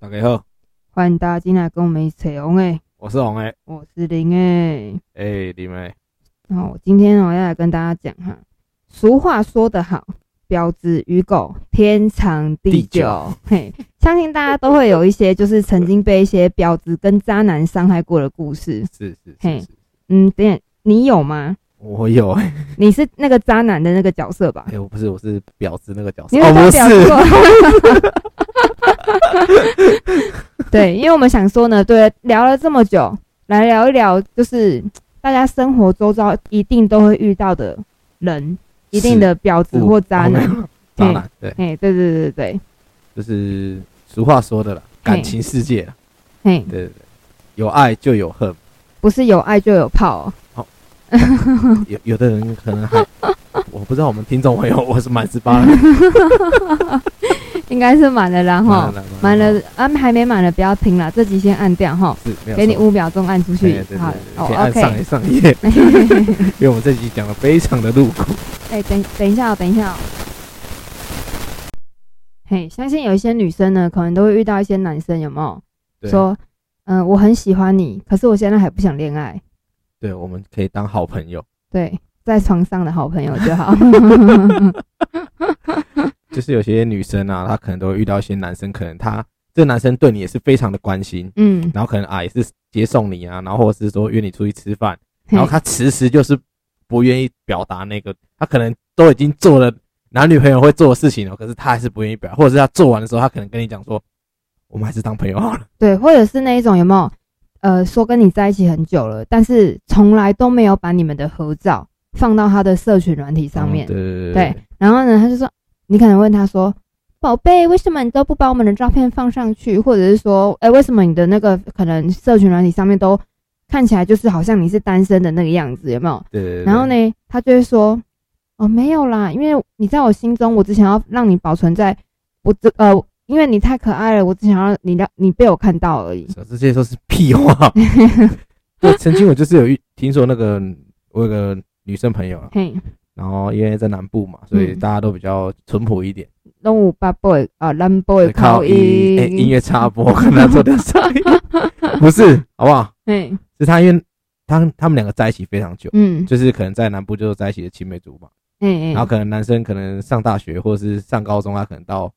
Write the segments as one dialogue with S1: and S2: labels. S1: 大家好，
S2: 欢迎大家进来跟我们一起红诶，
S1: 我是红诶，
S2: 我是林诶。
S1: 哎、你们
S2: 然后我今天哦我要来跟大家讲哈，俗话说得好，婊子与狗天长地
S1: 地
S2: 久。
S1: 久
S2: 嘿，相信大家都会有一些就是曾经被一些婊子跟渣男伤害过的故事。
S1: 是是
S2: 嘿
S1: 是是，
S2: 嗯，等一下你有吗？
S1: 我有哎、
S2: 你是那个渣男的那个角色吧？
S1: 我不是我是婊子那个角色，
S2: 你有
S1: 不
S2: 当婊子
S1: 哦是，
S2: 过？ 对，因为我们想说呢，对，聊了这么久，来聊一聊，就是大家生活周遭一定都会遇到的人，一定的婊子或渣
S1: 哦
S2: 男。
S1: 渣男对，
S2: 嘿，对对对对对，
S1: 就是俗话说的啦，感情世界啦，
S2: 嘿，
S1: 对对对，有爱就有恨，
S2: 不是有爱就有炮、哦。
S1: 有有的人可能还， 我不知道我们听众朋友， 我是满十八了，
S2: 哦 应该是满了 啦哈，哦满
S1: 满
S2: 了啊，还没满的不要听了，这集先按掉哈，
S1: 是没有
S2: 给你
S1: 错
S2: 五秒钟按出
S1: 对
S2: 去
S1: 对，哎对
S2: 好
S1: 对，对
S2: 哦
S1: 先按
S2: ，OK，
S1: 上一上一页， 因为我们这集讲的非常的露骨，
S2: 哎、等等一下、哦，等一下、哦。嘿，相信有一些女生呢，可能都会遇到一些男生，有没有？
S1: 对，
S2: 说，嗯、我很喜欢你，可是我现在还不想恋爱。
S1: 对，我们可以当好朋友，
S2: 对，在床上的好朋友 就好。
S1: 就是有些女生啊，她可能都会遇到一些男生，可能她这个男生对你也是非常的关心，
S2: 嗯，
S1: 然后可能啊也是接送你啊，然后或者是说约你出去吃饭，
S2: 嘿
S1: 然后他迟迟就是不愿意表达那个，他可能都已经做了男女朋友会做的事情了，可是他还是不愿意表达，或者是他做完的时候，他可能跟你讲说，我们还是当朋友好啊了，
S2: 对，或者是那一种有没有？呃，说跟你在一起很久了，但是从来都没有把你们的合照放到他的社群软体上面。
S1: 嗯 对对
S2: 对然后呢，他就说，你可能问他说，宝贝，为什么你都不把我们的照片放上去？或者是说，哎，为什么你的那个可能社群软体上面都看起来就是好像你是单身的那个样子，有没有？
S1: 对对对，
S2: 然后呢，他就会说，哦，没有啦，因为你在我心中，我只想要让你保存在我只呃，因为你太可爱了，我只想要你让你被我看到而已。
S1: 说啊这些都是屁 话。对，曾经我就是有遇听说那个我有个女生朋友啊，
S2: 嘿，
S1: 然后因为在南部嘛，所以
S2: 嗯
S1: 大家都比较淳朴一点。
S2: 东五八 boy 啊，蓝 boy
S1: 靠
S2: 音，
S1: 哎音乐插播跟他做的上 瘾，不是好不好？
S2: 嘿，
S1: 是他因为他他们两个在一起非常久，
S2: 嗯，
S1: 就是可能在南部就是在一起的青梅竹马，
S2: 嘿，
S1: 然
S2: 嘿
S1: 后可能男生可能上大学或者是上高中，他可能到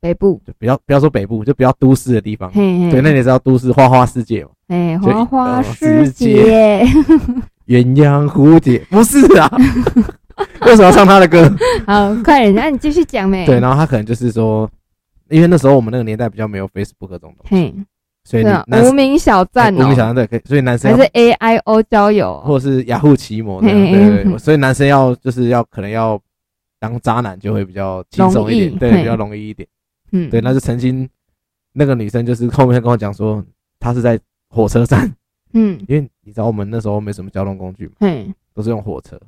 S2: 北部，
S1: 就不要不要说北部，就比较都市的地方。
S2: 嘿嘿，
S1: 对，那你知道都市花花世界嘛？
S2: 哎，
S1: 就
S2: 花花
S1: 呃
S2: 世
S1: 世
S2: 界，
S1: 鸳鸯蝴蝶 不是啊？为什么要唱他的歌？
S2: 好，快点，那你继续讲呗。
S1: 对，，然后他可能就是说，因为那时候我们那个年代比较没有 Facebook 这种东西，
S2: 嘿，
S1: 所以
S2: 对
S1: 你
S2: 啊，
S1: 男哎
S2: 无名小站
S1: 我
S2: 哦
S1: 们，想对，可以所以男生
S2: 还
S1: 要
S2: 是 A I O 交友，
S1: 或是雅虎奇摩这样，
S2: 嘿嘿
S1: 对对
S2: 嗯
S1: 对，所以男生要就是要可能要当渣男就会比较轻松一点，
S2: 容易
S1: 对，
S2: 嘿
S1: 比较容易一点。
S2: 嗯，
S1: 对，那就曾经那个女生就是后面跟我讲说，她是在火车站，
S2: 嗯，
S1: 因为你知道我们那时候没什么交通工具嘛，
S2: 嘿，
S1: 都是用火车。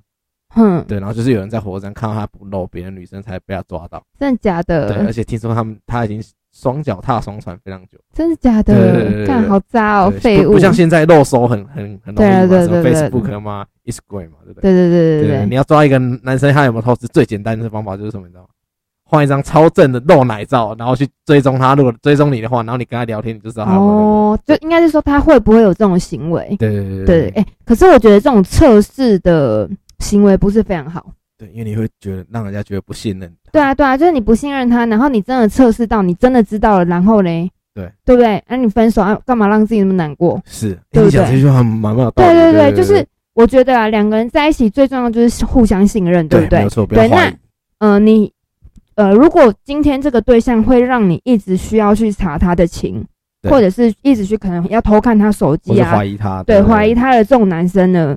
S2: 哼，
S1: 对，然后就是有人在火车站看到她不露，别的女生才被她抓到。
S2: 真的假
S1: 对，而
S2: 的？
S1: 且听说他们她已经双脚踏双船非常久，
S2: 真的假
S1: 对对对
S2: 的？
S1: 对
S2: 干
S1: 对
S2: 好渣哦，
S1: 对
S2: 废
S1: 不
S2: 物！
S1: 不像现在露手很很很容易嘛，
S2: 对啊对
S1: 什么
S2: 对对
S1: Facebook 嘛，Instagram 嘛，对不对？
S2: 对对对
S1: 对，
S2: 对
S1: 你要抓一个男生他有没有偷吃，最简单的方法就是什么，你知道吗？换一张超正的露奶照，然后去追踪他。如果追踪你的话，然后你跟他聊天，你就知道他有没有那个。
S2: 哦，就应该是说他会不会有这种行为？
S1: 对对对
S2: 对，
S1: 对
S2: 哎，可是我觉得这种测试的行为不是非常好。
S1: 对，因为你会觉得让人家觉得不信任。
S2: 对啊，对啊，就是你不信任他，然后你真的测试到，你真的知道了，然后嘞，
S1: 对
S2: 对不对？那你分手啊，干嘛让自己那么难过？
S1: 是，哎
S2: 对
S1: 你
S2: 不
S1: 讲
S2: 对
S1: 这句话蛮蛮有道
S2: 对
S1: 理的。
S2: 对
S1: 对
S2: 对，就是我觉得啊，两个人在一起最重要就是互相信任，
S1: 对，
S2: 不
S1: 没
S2: 对
S1: 有？错，不
S2: 对
S1: 要怀
S2: 那
S1: 疑。
S2: 呃，你呃，如果今天这个对象会让你一直需要去查他的情，
S1: 对
S2: 或者是一直去可能要偷看他手
S1: 我
S2: 机
S1: 是
S2: 啊
S1: 怀，疑他，
S2: 对，怀疑。他的这种男生呢，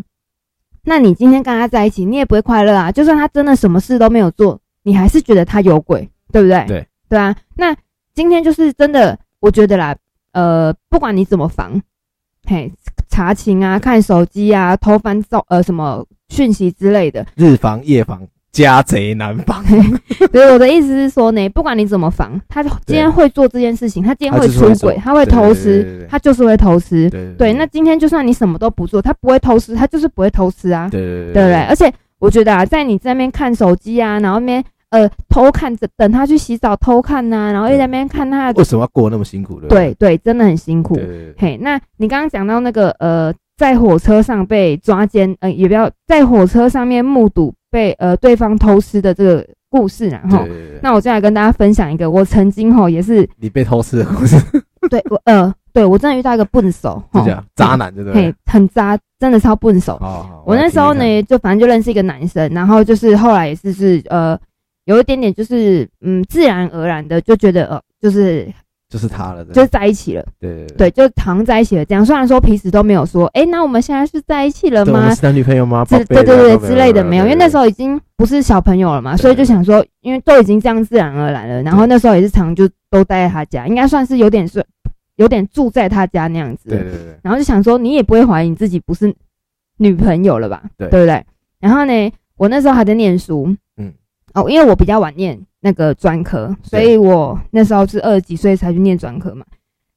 S2: 那你今天跟他在一起，你也不会快乐啊。就算他真的什么事都没有做，你还是觉得他有鬼，对不对？
S1: 对，
S2: 对啊。那今天就是真的，我觉得啦，呃，不管你怎么防，嘿，查情啊、看手机啊、偷翻照呃什么讯息之 类的，
S1: 日防夜防，家贼难防。
S2: 所以我的意思是说呢，不管你怎么防，他今天会做这件事情，他今天
S1: 他
S2: 会
S1: 就是
S2: 出
S1: 会做
S2: 轨，他
S1: 对
S2: 会
S1: 对
S2: 偷
S1: 对对对
S2: 吃
S1: 对，
S2: 他就是会偷吃。
S1: 对
S2: 对，那今天就算你什么都不做，他不会偷吃，他就是不会偷吃啊，
S1: 对对
S2: 对不对？而且我觉得啊，在你在那边看手机啊，然后那边呃偷看，等他去洗澡偷看呐、然后一直在那边看他的
S1: 为，什么要过得那么辛苦？对不
S2: 对对，真的很辛苦。
S1: 对对对
S2: 嘿，那你刚刚讲到那个呃，在火车上被抓奸，呃，也不要在火车上面目睹被呃对方偷吃的这个故事啊，然后
S1: 对对对，
S2: 那我就来跟大家分享一个，我曾经吼也是
S1: 你被偷吃的故事，
S2: 对我呃，对我真的遇到一个 笨手，
S1: 就
S2: 吼
S1: 这样渣男，对不对
S2: 嘿？，很渣，真的超笨手。
S1: 好好，
S2: 我那时候
S1: 来听
S2: 呢，就反正就认识一个男生，然后就是后来也是是呃，有一点点就是嗯，自然而然的就觉得呃，就是
S1: 听看，就是他了，
S2: 就是
S1: 对
S2: 在一起了。
S1: 对对
S2: 对，就躺在一起了。这样，虽然说平时都没有说，哎、那我们现在是在一起了
S1: 对我
S2: 吗
S1: 们？是男女朋友吗？
S2: 之
S1: 宝贝
S2: 对对对
S1: 没有
S2: 之类的没有，因为那时
S1: 候
S2: 候已经不是小朋友了嘛，
S1: 对
S2: 所以就想说，因为都已经这样自然而然了。然后
S1: 对
S2: 那时候也是常就都待在他家，应该算是有点是有点住在他家那样子。
S1: 对对对
S2: 然后就想说，你也不会怀疑你自己不是女朋友了吧？
S1: 对
S2: 对不对？然后呢，我那时候还在念书，
S1: 嗯，
S2: 哦，因为我比较晚念那个专科，所以我那时候是二十几岁才去念专科嘛。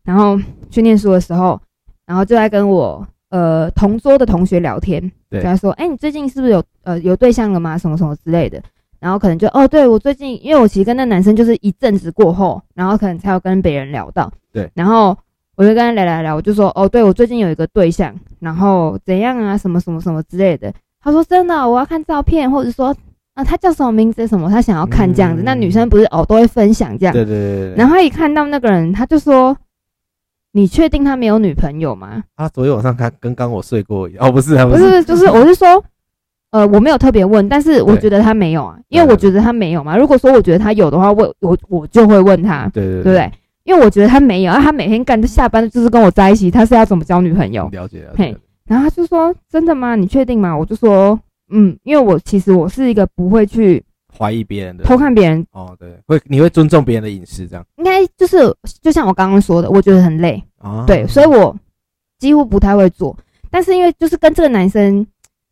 S2: 然后去念书的时候，然后就在跟我呃同桌的同学聊天，
S1: 对
S2: 就在说，哎、你最近是不是有呃有对象了吗？什么什么之类的。然后可能就哦，对我最近，因为我其实跟那男生就是一阵子过后，然后可能才有跟别人聊到。
S1: 对，
S2: 然后我就跟他聊聊聊，我就说哦，对我最近有一个对象，然后怎样啊，什么什么什么之类的。他说真的哦，我要看照片，或者说啊，他叫什么名字什么，他想要看这样子。
S1: 嗯
S2: 那女生不是哦都会分享这样，
S1: 对对对对，
S2: 然
S1: 后
S2: 后他一看到那个人，他就说：“你确定他没有女朋友吗
S1: 他昨天晚上他跟刚我睡过一样，哦不是，他？”
S2: 不
S1: 是，
S2: 是，就是我是说，呃，我没有特别问，但是我
S1: 对
S2: 觉得他没有啊，因
S1: 对
S2: 为
S1: 对
S2: 我觉得他没有嘛。如果说我觉得他有的话，我我我就会问他，
S1: 对对
S2: 对不对？因为我觉得他没有，啊、他每天干下班就是跟我在一起，他是要怎么交女朋友？
S1: 了解了
S2: 嘿
S1: 解，
S2: 然后他就说：“真的吗？你确定吗？”我就说：“嗯，因为我其实我是一个不会去
S1: 怀疑别人的
S2: 偷看别人，
S1: 哦，对，会你会尊重别人的隐私这样
S2: 应该就是就像我刚刚说的，我觉得很累，
S1: 啊？
S2: 对，所以我几乎不太会做。但是因为就是跟这个男生，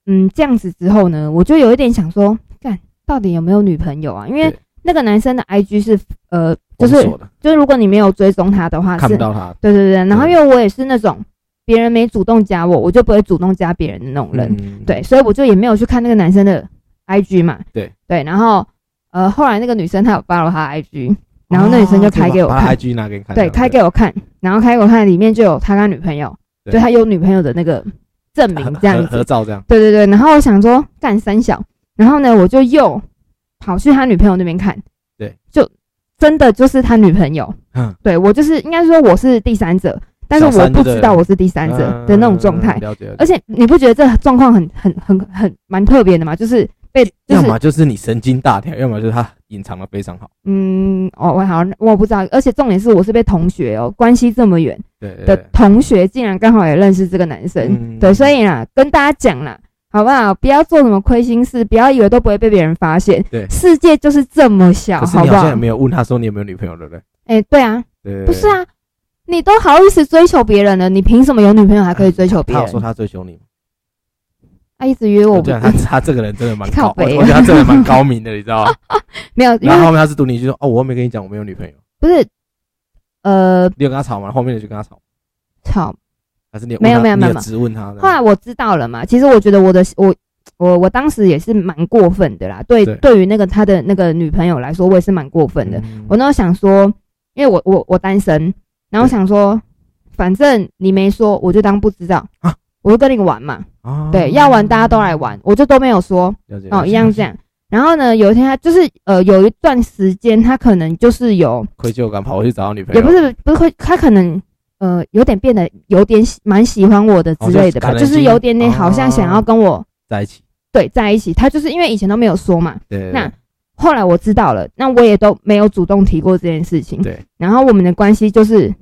S2: 嗯，这样子之后呢，我就有一点想说，干到底有没有女朋友啊？因为
S1: 对
S2: 那个男生的 IG 是呃，就
S1: 封
S2: 是
S1: 锁的
S2: 就是如果你没有追踪他的话，
S1: 看
S2: 是
S1: 不到他
S2: 对对对。然后
S1: 对
S2: 因为我也是那种别人没主动加我，我就不会主动加别人的那种人，
S1: 嗯
S2: 对，所以我就也没有去看那个男生的 IG 嘛。
S1: 对
S2: 对，然后呃，后来那个女生她有 follow 他的 IG，然后那女生就开给我
S1: 啊把把
S2: 看。
S1: IG 拿给你看，
S2: 对，开给我看，然后开给我看，里面就有他跟他女朋友，
S1: 对
S2: 就他有女朋友的那个证明
S1: 合
S2: 这样
S1: 合合
S2: 子。
S1: 照这样，
S2: 对对对，然后我想说干三小，然后呢，我就又跑去他女朋友那边看，
S1: 对，
S2: 就真的就是他女朋友，
S1: 嗯，
S2: 对我就是应该说我是第三者，但是
S1: 小
S2: 我
S1: 三
S2: 不
S1: 就对
S2: 知道
S1: 了
S2: 我是第三者的那种状态
S1: 嗯，了解，了解
S2: 而且你不觉得这状况很很很很蛮特别的吗？就是被就
S1: 要
S2: 是
S1: 么就是你神经大条，要么就是他隐藏的非常好，
S2: 嗯哦，我好我不知道，而且重点是我是被同学哦关系这么远。
S1: 对对
S2: 的
S1: 对
S2: 同学竟然刚好也认识这个男生，
S1: 嗯
S2: 对，所以啦，跟大家讲啦，好不好？不要做什么亏心事，不要以为都不会被别人发现，
S1: 对
S2: 世界就是这么小，
S1: 可是
S2: 好
S1: 你
S2: 不
S1: 好
S2: 好
S1: 像也？没有问他说你有没有女朋友，对不对？
S2: 哎、对啊，
S1: 对对，对
S2: 不是，啊，你都好意思追求别人了，你凭什么有女朋友还可以追求别
S1: 他
S2: 人
S1: 有？说他追求你吗，
S2: 他一直约我，
S1: 我觉得他他这个人真的蛮
S2: 靠
S1: 高，我
S2: 北啊
S1: 我觉得他真的蛮高明的，你知道吗？
S2: 没有，因
S1: 然后
S2: 为
S1: 后面他是读你一句说哦，我又没跟你讲我没有女朋友，
S2: 不是，呃，
S1: 你有跟他吵吗？后面你就跟他吵，
S2: 吵。
S1: 还是你
S2: 没
S1: 问
S2: 有
S1: 他
S2: 没有没有
S1: 你
S2: 没有
S1: 直问他的？
S2: 后来我知道了嘛，其实我觉得我的我。我我当时也是蛮过分的啦，对，
S1: 对
S2: 对于那个他的那个女朋友来说，我也是蛮过分的。
S1: 嗯
S2: 我那时候想说，因为我我我单身，然后我想说，反正你没说，我就当不知道
S1: 啊
S2: 我就跟你玩嘛，
S1: 啊
S2: 对，要玩大家都来玩，我就都没有说，
S1: 了解
S2: 哦，一样这，
S1: 了
S2: 样。然后呢，有一天他就是呃，有一段时间他可能就是有，
S1: 解愧疚感跑回去找他女朋友，
S2: 也不是不是会，他可能呃有点变得有点喜蛮喜欢我的之类的吧，
S1: 哦就
S2: 就是是有点点好像想要跟我、
S1: 在一起，
S2: 对在一起。他就是因为以前都没有说嘛，
S1: 对对对
S2: 那后来我知道了，那我也都没有主动提过这件事情。
S1: 对，
S2: 然后我们的关系就是，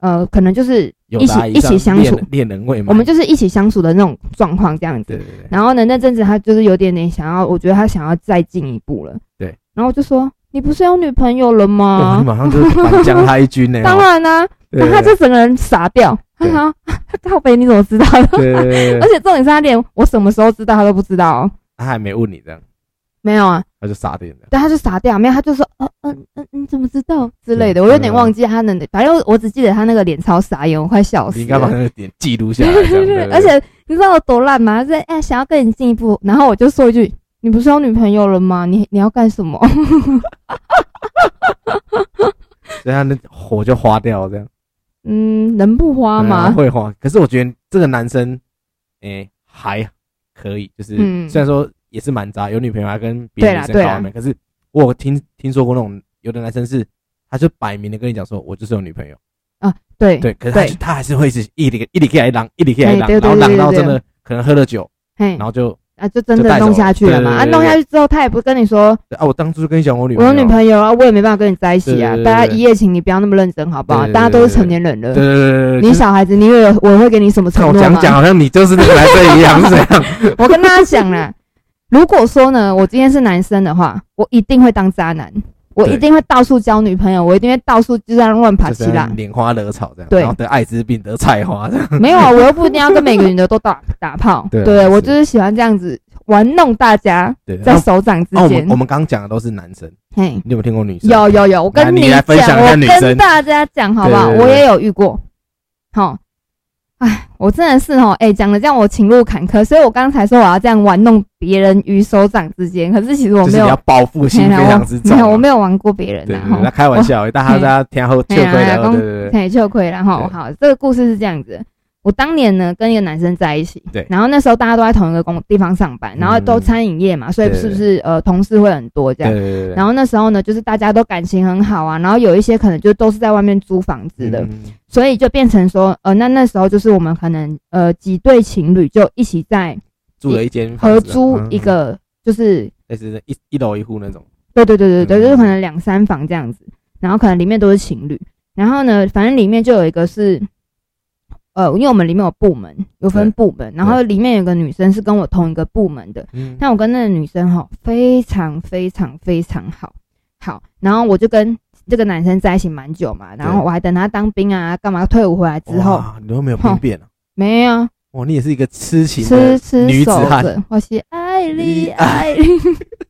S2: 呃，可能就是
S1: 有
S2: 一起
S1: 达以
S2: 一起
S1: 上
S2: 相处
S1: 恋，恋人未满，
S2: 我们就是一起相处的那种状况这样
S1: 嗯对
S2: 子。
S1: 对对，
S2: 然后呢，那阵子他就是有点点想要，我觉得他想要再进一步了。
S1: 对，
S2: 然后我就说：“你不是有女朋友了
S1: 哇你
S2: 吗，
S1: 马上就是反将他一军呢 哦
S2: 当然啦、
S1: 对，
S2: 然后
S1: 对
S2: 他就整个人傻掉，他
S1: 对
S2: 想 他靠北你怎么知道的？
S1: 对对对对
S2: 而
S1: 对，
S2: 且重点是他连我什么时候知道他都不知道、哦，
S1: 他还没问你这样，
S2: 没有啊，
S1: 他就傻点了，
S2: 对，他就傻掉，没有，他就说，嗯嗯嗯，你怎么知道之类的，
S1: 对
S2: 我有点
S1: 对
S2: 忘记他能，反正我只记得他那个脸超傻眼，我快笑死了。
S1: 你应该把那个点记录下来，这样对对对
S2: 而且你知道我多烂吗？他是哎、想要跟你进一步，然后我就说一句你不是有女朋友了吗？你你要干什么？
S1: 所以他的火就花掉了这样。
S2: 嗯，能不花
S1: 对啊
S2: 吗？
S1: 会花。可是我觉得这个男生，诶、还可以，就是、
S2: 嗯
S1: 虽然说也是蛮渣，有女朋友还跟别的
S2: 对啦
S1: 女生
S2: 对
S1: 搞
S2: 啦
S1: 暧昧，可是我有听听说过那种有的男生是，他就摆明的跟你讲说，我就是有女朋友，
S2: 对
S1: 对，可是他就
S2: 对
S1: 他还是会一直一直一直给他浪，一直给他
S2: 哎
S1: 浪，
S2: 对
S1: 然后
S2: 对对
S1: 浪
S2: 对
S1: 到
S2: 对
S1: 真的可能喝了酒，
S2: 嘿
S1: 然，后就
S2: 啊，就真
S1: 就
S2: 的
S1: 带走
S2: 弄下去了
S1: 对
S2: 嘛。啊，
S1: 对对对
S2: 弄下去之后，他也不跟你说
S1: 对啊，我当初就跟你讲我女
S2: 我
S1: 朋友，
S2: 有女朋友啊，我也没办法跟你在一起
S1: 对对对。
S2: 啊
S1: 对
S2: 大家一夜情，你不要那么认真好不好
S1: 对？对对
S2: 大家都是成年人
S1: 对
S2: 了，
S1: 对对对对，
S2: 你
S1: 就是
S2: 小孩子，你以为我会给你什么
S1: 看
S2: 承
S1: 我
S2: 诺
S1: 讲
S2: 吗？
S1: 讲好像你就是那个男生一样， 是这样，
S2: 我跟大家讲啦，如果说呢，我今天是男生的话，我一定会当渣男，我
S1: 对
S2: 一定会到处交女朋友，我一定会到处就这样乱爬
S1: 就
S2: 七
S1: 是
S2: 啦。
S1: 莲花惹草这样，
S2: 对
S1: 然后得艾滋病得菜花这样，
S2: 没有啊，我又不一定要跟每个女的都打打炮，
S1: 对啊
S2: 对我
S1: 是
S2: 就是喜欢这样子玩弄大家
S1: 对。然
S2: 在
S1: 后
S2: 手掌之
S1: 啊，我
S2: 间
S1: 们我。们刚讲的都是男生，
S2: 嘿，
S1: 你有没有听过女生？
S2: 有有有，我
S1: 那
S2: 跟
S1: 你
S2: 讲
S1: 来，分享一下女
S2: 我
S1: 生
S2: 跟大家讲好不好？
S1: 对对对
S2: 我也有遇过，好。哎，我真的是哦，哎、讲的这样我情路坎坷，所以我刚才说我要这样玩弄别人于手掌之间，可是其实我
S1: 就
S2: 没
S1: 是你
S2: 有
S1: 要报复心非常之重
S2: 没
S1: 啊。
S2: 有，我没有玩过别人啊
S1: 对
S2: 的
S1: 对对，
S2: 哈
S1: 那。开玩笑，大家大家听后就
S2: 嘿
S1: 对
S2: 啊
S1: 了，
S2: 讲
S1: 对对对，
S2: 嘿，就亏然后
S1: 对
S2: 好，这个故事是这样子。我当年呢跟一个男生在一起，
S1: 对
S2: 然后那时候大家都在同一个工地方上班，然后都
S1: 嗯
S2: 餐饮业嘛，所以
S1: 对
S2: 是不是呃同事会很多这
S1: 对
S2: 样？
S1: 对对对。
S2: 然后那时候呢，就是大家都感情很好啊，然后有一些可能就都是在外面租房子的，
S1: 嗯
S2: 所以就变成说，呃，那那时候就是我们可能呃几对情侣就一起在
S1: 住了一间房
S2: 合
S1: 子啊
S2: 租一，
S1: 嗯
S2: 个就是
S1: 类似一一楼一户那种，
S2: 对对对对对，
S1: 嗯
S2: 就是可能两三房这样子，然后可能里面都是情侣，然后呢，反正里面就有一个是，呃，因为我们里面有部门，有分部门，然后里面有个女生是跟我同一个部门的，
S1: 嗯，
S2: 但我跟那个女生哈非常非常非常好，好，然后我就跟这个男生在一起蛮久嘛，然后我还等他当兵啊，干嘛退伍回来之后
S1: 哇你都没有兵变啊，
S2: 没有
S1: 哇，你也是一个痴情
S2: 痴
S1: 的
S2: 痴
S1: 女子
S2: 守
S1: 汉，
S2: 着，我是爱你爱你。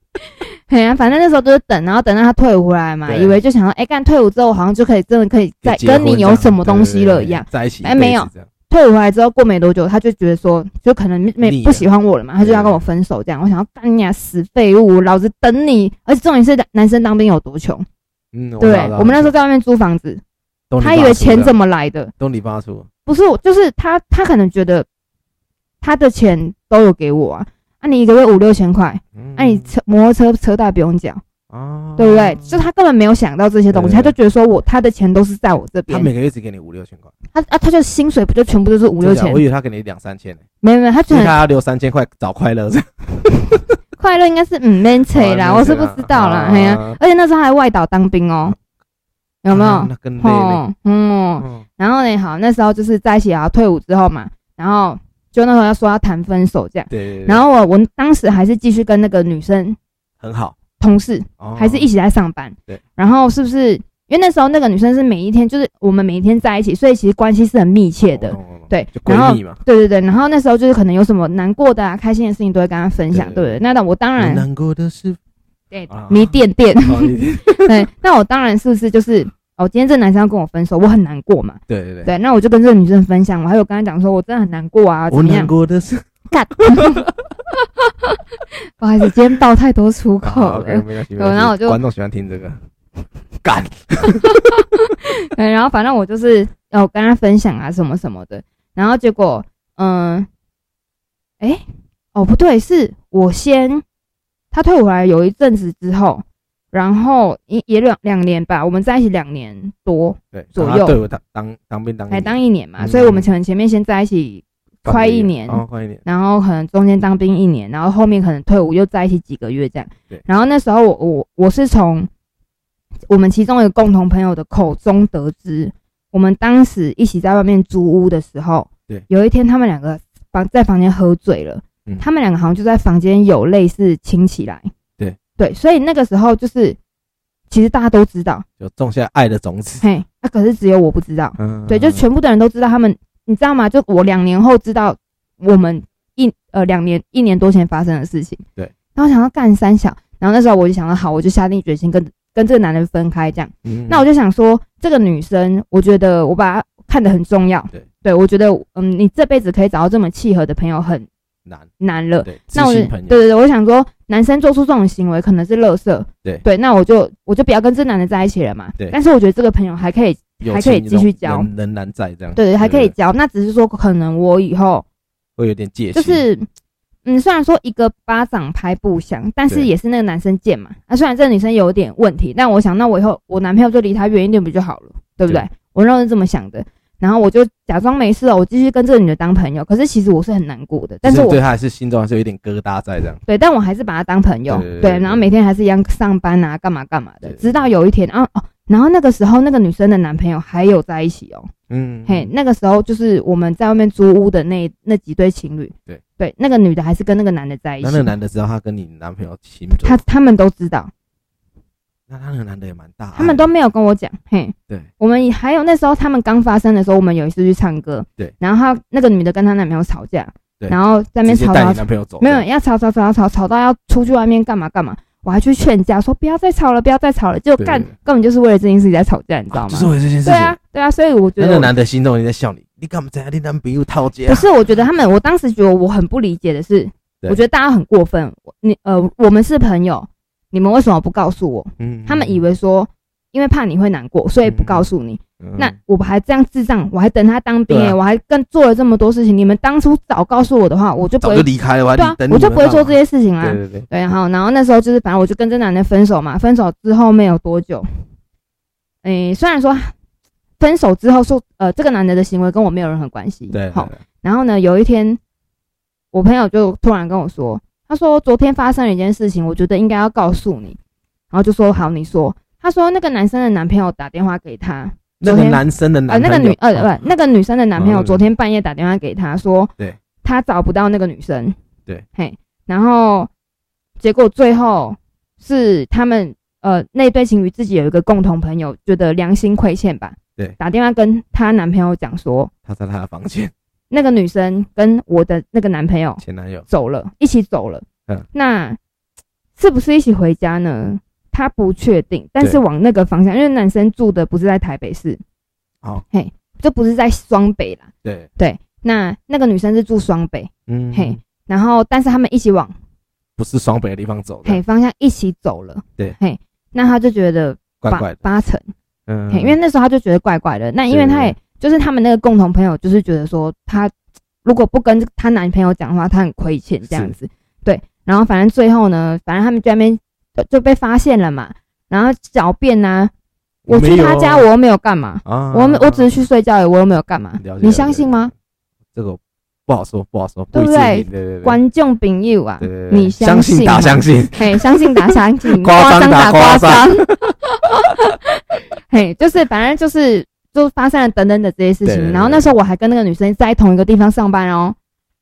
S2: 哎呀、反正那时候都是等，然后等到他退伍回来嘛，
S1: 对
S2: 以为就想说，哎、干退伍之后，我好像就可以真的可以再
S1: 就结婚
S2: 跟你有什么东西了一样。
S1: 这对对对对在一起一辈子这样，
S2: 哎没有退伍回来之后，过没多久，他就觉得说，就可能没
S1: 腻
S2: 没
S1: 了
S2: 不喜欢我了嘛，他就要
S1: 对
S2: 跟我分手这样。我想要干你啊，死废物，老子等你！而且重点是，男生当兵有多穷，
S1: 嗯，
S2: 对不对？我们那时候
S1: 候
S2: 在外面租房子，他以为
S1: 啊
S2: 钱怎么来的？
S1: 都你爸出，
S2: 不是我，就是他，他可能觉得他的钱都有给我啊，啊，你一个月五六千块，啊
S1: 嗯
S2: 那、你车摩托车车贷不用缴，
S1: 啊
S2: 哎对不对？就他根本没有想到这些东西，
S1: 对
S2: 他就觉得说我他的钱都是在我这
S1: 他
S2: 边，
S1: 每个月只给你五六千块，
S2: 他啊，他就薪水不就全部都是五
S1: 真的啊
S2: 六千
S1: 假的我？以为他给你两三千呢，
S2: 没有没有，他
S1: 所
S2: 觉
S1: 以
S2: 得
S1: 他要留三千块找快乐这样，
S2: 快乐应该是嗯 man 扯 啦，
S1: 哦
S2: 我是不知道啦，哎呀、
S1: 啊
S2: 而且那时候还外岛当兵哦，有没有？
S1: 啊那更累了。
S2: 哦，嗯，
S1: 嗯
S2: 然后呢，好，那时候就是在一起啊，退伍之后嘛，然后就那时候要说要谈分手这样。
S1: 对对对，
S2: 然后我我当时还是继续跟那个女生
S1: 很好，
S2: 同事，
S1: 哦
S2: 还是一起在上班。
S1: 对，
S2: 然后是不是因为那时候那个女生是每一天就是我们每一天在一起，所以其实关系是很密切的。
S1: 哦懂懂懂
S2: 对
S1: 就，
S2: 然
S1: 闺
S2: 后
S1: 蜜嘛。
S2: 对对对，然后那时候就是可能有什么难过的啊、开心的事情都会跟她分享，
S1: 对
S2: 对不对？那那我当
S1: 我
S2: 然
S1: 难过的 是，
S2: 对
S1: 啊
S2: 迷恋恋，
S1: 哦你对
S2: 对，那我当然是不是就是哦，今天这男生要跟我分手，我很难过嘛。
S1: 对对对，
S2: 对，那我就跟这个女生分享，我还有跟她讲说，我真的很难过啊，
S1: 我
S2: 怎么样
S1: 难？过的是，
S2: 干，不好意思，今天爆太多粗口
S1: 好
S2: 了
S1: 啊，OK，。没关系，没
S2: 对然后
S1: 关
S2: 我
S1: 系，
S2: 就
S1: 观众喜欢听这个，干，
S2: 对，然后反正我就是有跟他分享啊什么什么的，然后结果，嗯，哎、哦不对，是我先他退伍回来有一阵子之后，然后也也两两年吧，我们在一起两年多，
S1: 对，
S2: 左
S1: 然后他
S2: 右
S1: 对我当当当兵当
S2: 才当
S1: 一
S2: 一年嘛，
S1: 嗯
S2: 所以我们可能前面先在一起，
S1: 当
S2: 快
S1: 兵
S2: 一年
S1: 哦，快一年，
S2: 然后可能中间当兵一年，然后后面可能退伍又在一起几个月这样
S1: 对。
S2: 然后那时候我我我是从我们其中一个共同朋友的口中得知，我们当时一起在外面租屋的时候，
S1: 对
S2: 有一天他们两个房在房间喝醉了，
S1: 嗯
S2: 他们两个好像就在房间有类似亲起来。
S1: 对
S2: 对，所以那个时候就是其实大家都知道，
S1: 就种下爱的种子，
S2: 嘿，那、可是只有我不知道。
S1: 嗯，
S2: 对，就全部的人都知道他们，你知道吗？就我两年后知道我们一呃两年一年多前发生的事情。
S1: 对，
S2: 然后想要干三小，然后那时候我就想到，好，我就下定决心跟跟这个男人分开这样。
S1: 嗯，
S2: 那我就想说，这个女生，我觉得我把她看得很重要。
S1: 对，
S2: 我觉得嗯，你这辈子可以找到这么契合的朋友很
S1: 难，
S2: 难了。
S1: 对，知
S2: 那我就
S1: 心
S2: 对
S1: 朋
S2: 对
S1: 友，
S2: 对，我想说，男生做出这种行为可能是垃圾，
S1: 对
S2: 对，那我就我就不要跟这男的在一起了嘛。
S1: 对
S2: 但是我觉得这个朋友还可以，
S1: 友
S2: 还可以
S1: 情
S2: 继
S1: 那
S2: 续
S1: 种
S2: 交
S1: 仍仍然在这样，
S2: 对对，还可以交。那只是说，可能我以后
S1: 会有点戒心，
S2: 就是，嗯，虽然说一个巴掌拍不响，但是
S1: 对
S2: 也是那个男生贱嘛。那、虽然这个女生有点问题，但我想，那我以后我男朋友就离她远一点不就好了，对不对？
S1: 对
S2: 我那时候是这么想的。然后我就假装没事哦，我继续跟这个女的当朋友。可是其实我是很难过的，但
S1: 只
S2: 是
S1: 是
S2: 我
S1: 对他还是心中还是有一点疙瘩在这样，
S2: 对，但我还是把他当朋友，
S1: 对对对对
S2: 然后每天还是一样上班啊，干嘛干嘛的，
S1: 对
S2: 直到有一天，啊哦，然后那个时候那个女生的男朋友还有在一起哦，
S1: 嗯，
S2: 嘿，那个时候就是我们在外面租屋的那那几对情侣，
S1: 对
S2: 对，那个女的还是跟那个男的在一
S1: 那
S2: 起，
S1: 那个男的知道他跟你男朋友亲嘴，
S2: 他他们都知道，
S1: 那他那个男的也蛮大爱的，
S2: 他们都没有跟我讲，嘿，
S1: 对，
S2: 我们也还有那时候他们刚发生的时候，我们有一次去唱歌，
S1: 对，
S2: 然后他那个女的跟她男朋友吵架，
S1: 对
S2: 然后在那边
S1: 直接
S2: 吵
S1: 带
S2: 吵
S1: 你男朋友走，
S2: 没有要吵吵吵吵吵到要出去外面干嘛干嘛，我还去劝架说不要再吵了，不要再吵了，就
S1: 对
S2: 干
S1: 对对
S2: 根本就是为了这件事情在吵架，你知道
S1: 啊
S2: 吗？
S1: 就是为了这件事
S2: 对
S1: 情，
S2: 啊，对啊，所以我觉
S1: 那
S2: 得
S1: 个
S2: 我
S1: 男的心中也在笑你，你干嘛这样？你男朋友啊套家
S2: 不？是，我觉得他们，我当时觉得我很不理解的是，
S1: 对
S2: 我觉得大家很过分，我你呃，我们是朋友，你们为什么不告诉我？
S1: 嗯
S2: 他们以为说。因为怕你会难过，所以不告诉你。
S1: 嗯
S2: 那我还这样智障，我还等他当兵、
S1: 对啊
S2: 欸，我还更做了这么多事情。你们当初早告诉我的话，我就不
S1: 早
S2: 会
S1: 就离开了，我还
S2: 对啊
S1: 等，你
S2: 我就
S1: 们
S2: 不会
S1: 干嘛
S2: 做这些事情啦。啊
S1: 对对对，
S2: 对，然后然后那时候就是反正我就跟这男的分手嘛，分手之后没有多久，诶、虽然说分手之后说呃这个男的的行为跟我没有任何关系，
S1: 对，
S2: 好
S1: 对，对
S2: 然后呢有一天我朋友就突然跟我说，他说昨天发生了一件事情，我觉得应该要告诉你，然后就说好你说，他说那个男生的男朋友打电话给他，
S1: 那
S2: 昨
S1: 个
S2: 天
S1: 男生的
S2: 呃
S1: 男
S2: 那个
S1: 朋友哦
S2: 女呃不、那个女生的男朋友
S1: 嗯
S2: 昨天半夜打电话给他说，
S1: 对，
S2: 他找不到那个女生，
S1: 对，
S2: 嘿，然后结果最后是他们呃那对情侣自己有一个共同朋友，觉得良心亏欠吧，
S1: 对
S2: 打电话跟她男朋友讲说，
S1: 他在他的房间，
S2: 那个女生跟我的那个男朋友
S1: 前男友，
S2: 走了，一起走了，
S1: 嗯，
S2: 那是不是一起回家呢？他不确定，但是
S1: 对
S2: 往那个方向，因为男生住的不是在台北市，
S1: 好，
S2: 嘿，就不是在双北啦。
S1: 对，
S2: 对，那那个女生是住双北，
S1: 嗯，
S2: 嘿，然后但是他们一起往
S1: 不是双北的地方走
S2: 嘿
S1: 的，
S2: 方向一起走了，
S1: 嗯对，
S2: 嘿，那他就觉得
S1: 怪
S2: 八
S1: 怪的，
S2: 八成，
S1: 嗯
S2: 嘿，因为那时候他就觉得怪怪的。那因为他也就是他们那个共同朋友，就是觉得说他如果不跟她男朋友讲的话，他很亏欠这样子，对。然后反正最后呢，反正他们就在那边就就被发现了嘛，然后狡辩呐、我去他家我又没有干嘛，
S1: 哦啊，
S2: 我又没我只是去睡觉而已，我又没有干嘛
S1: 了，解
S2: 你相信吗？？
S1: 了解了解这个不好说，不好说，
S2: 对不
S1: 一致
S2: 对
S1: 定对对对，
S2: 观众朋友啊
S1: 对，对对
S2: 你
S1: 相
S2: 信
S1: 打
S2: 吗
S1: 相信，
S2: 嘿，相信打相 信，
S1: 夸张
S2: 张
S1: 打夸
S2: 夸张。 嘿，就是反正就是就发生了等等的这些事
S1: 对对
S2: 情。
S1: 对
S2: 然后那时候我还跟那个女生在同一个地方上班哦。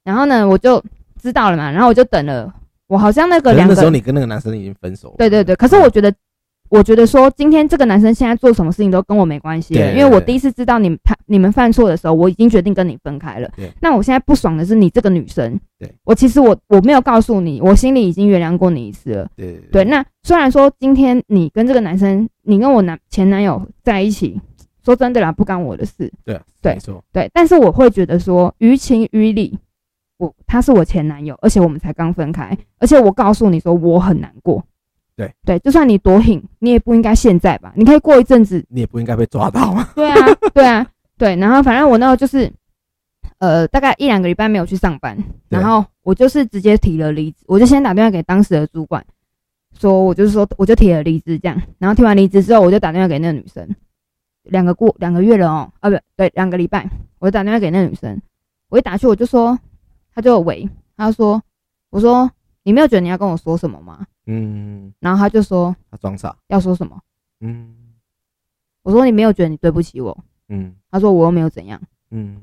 S2: 然后呢，我就知道了嘛，然后我就等了。我好像那
S1: 可
S2: 个
S1: 是
S2: 两
S1: 那时候
S2: 个，
S1: 你跟那个男生已经分手了，
S2: 对对对。可是我觉得，我觉得说今天这个男生现在做什么事情都跟我没关系了，
S1: 对对对
S2: 因为我第一次知道你们他你们犯错的时候，我已经决定跟你分开了
S1: 对。
S2: 那我现在不爽的是你这个女生
S1: 对，
S2: 我其实我我没有告诉你，我心里已经原谅过你一次了。
S1: 对
S2: 对，那虽然说今天你跟这个男生，你跟我男前男友在一起，说真的啦，不干我的事，
S1: 对
S2: 对
S1: 没错，
S2: 对。但是我会觉得说，于情于理，我他是我前男友，而且我们才刚分开，而且我告诉你说我很难过。
S1: 对
S2: 对，就算你多狠，你也不应该现在吧？你可以过一阵子。
S1: 你也不应该被抓到嘛，
S2: 对啊，对啊，对。然后反正我那时候就是，呃，大概一两个礼拜没有去上班，
S1: 对
S2: 然后我就是直接提了离职，我就先打电话给当时的主管，说我就是说我就提了离职这样，然后提完离职之后，我就打电话给那个女生，两个过两个月了哦，啊不对，两个礼拜，我就打电话给那个女生，我一打去我就说，她就有喂，她就说，我说你没有觉得你要跟我说什么吗？
S1: 嗯，
S2: 然后她就说
S1: 他装傻，
S2: 要说什么，
S1: 嗯
S2: 我说你没有觉得你对不起我，
S1: 嗯
S2: 她说我又没有怎样。
S1: 嗯，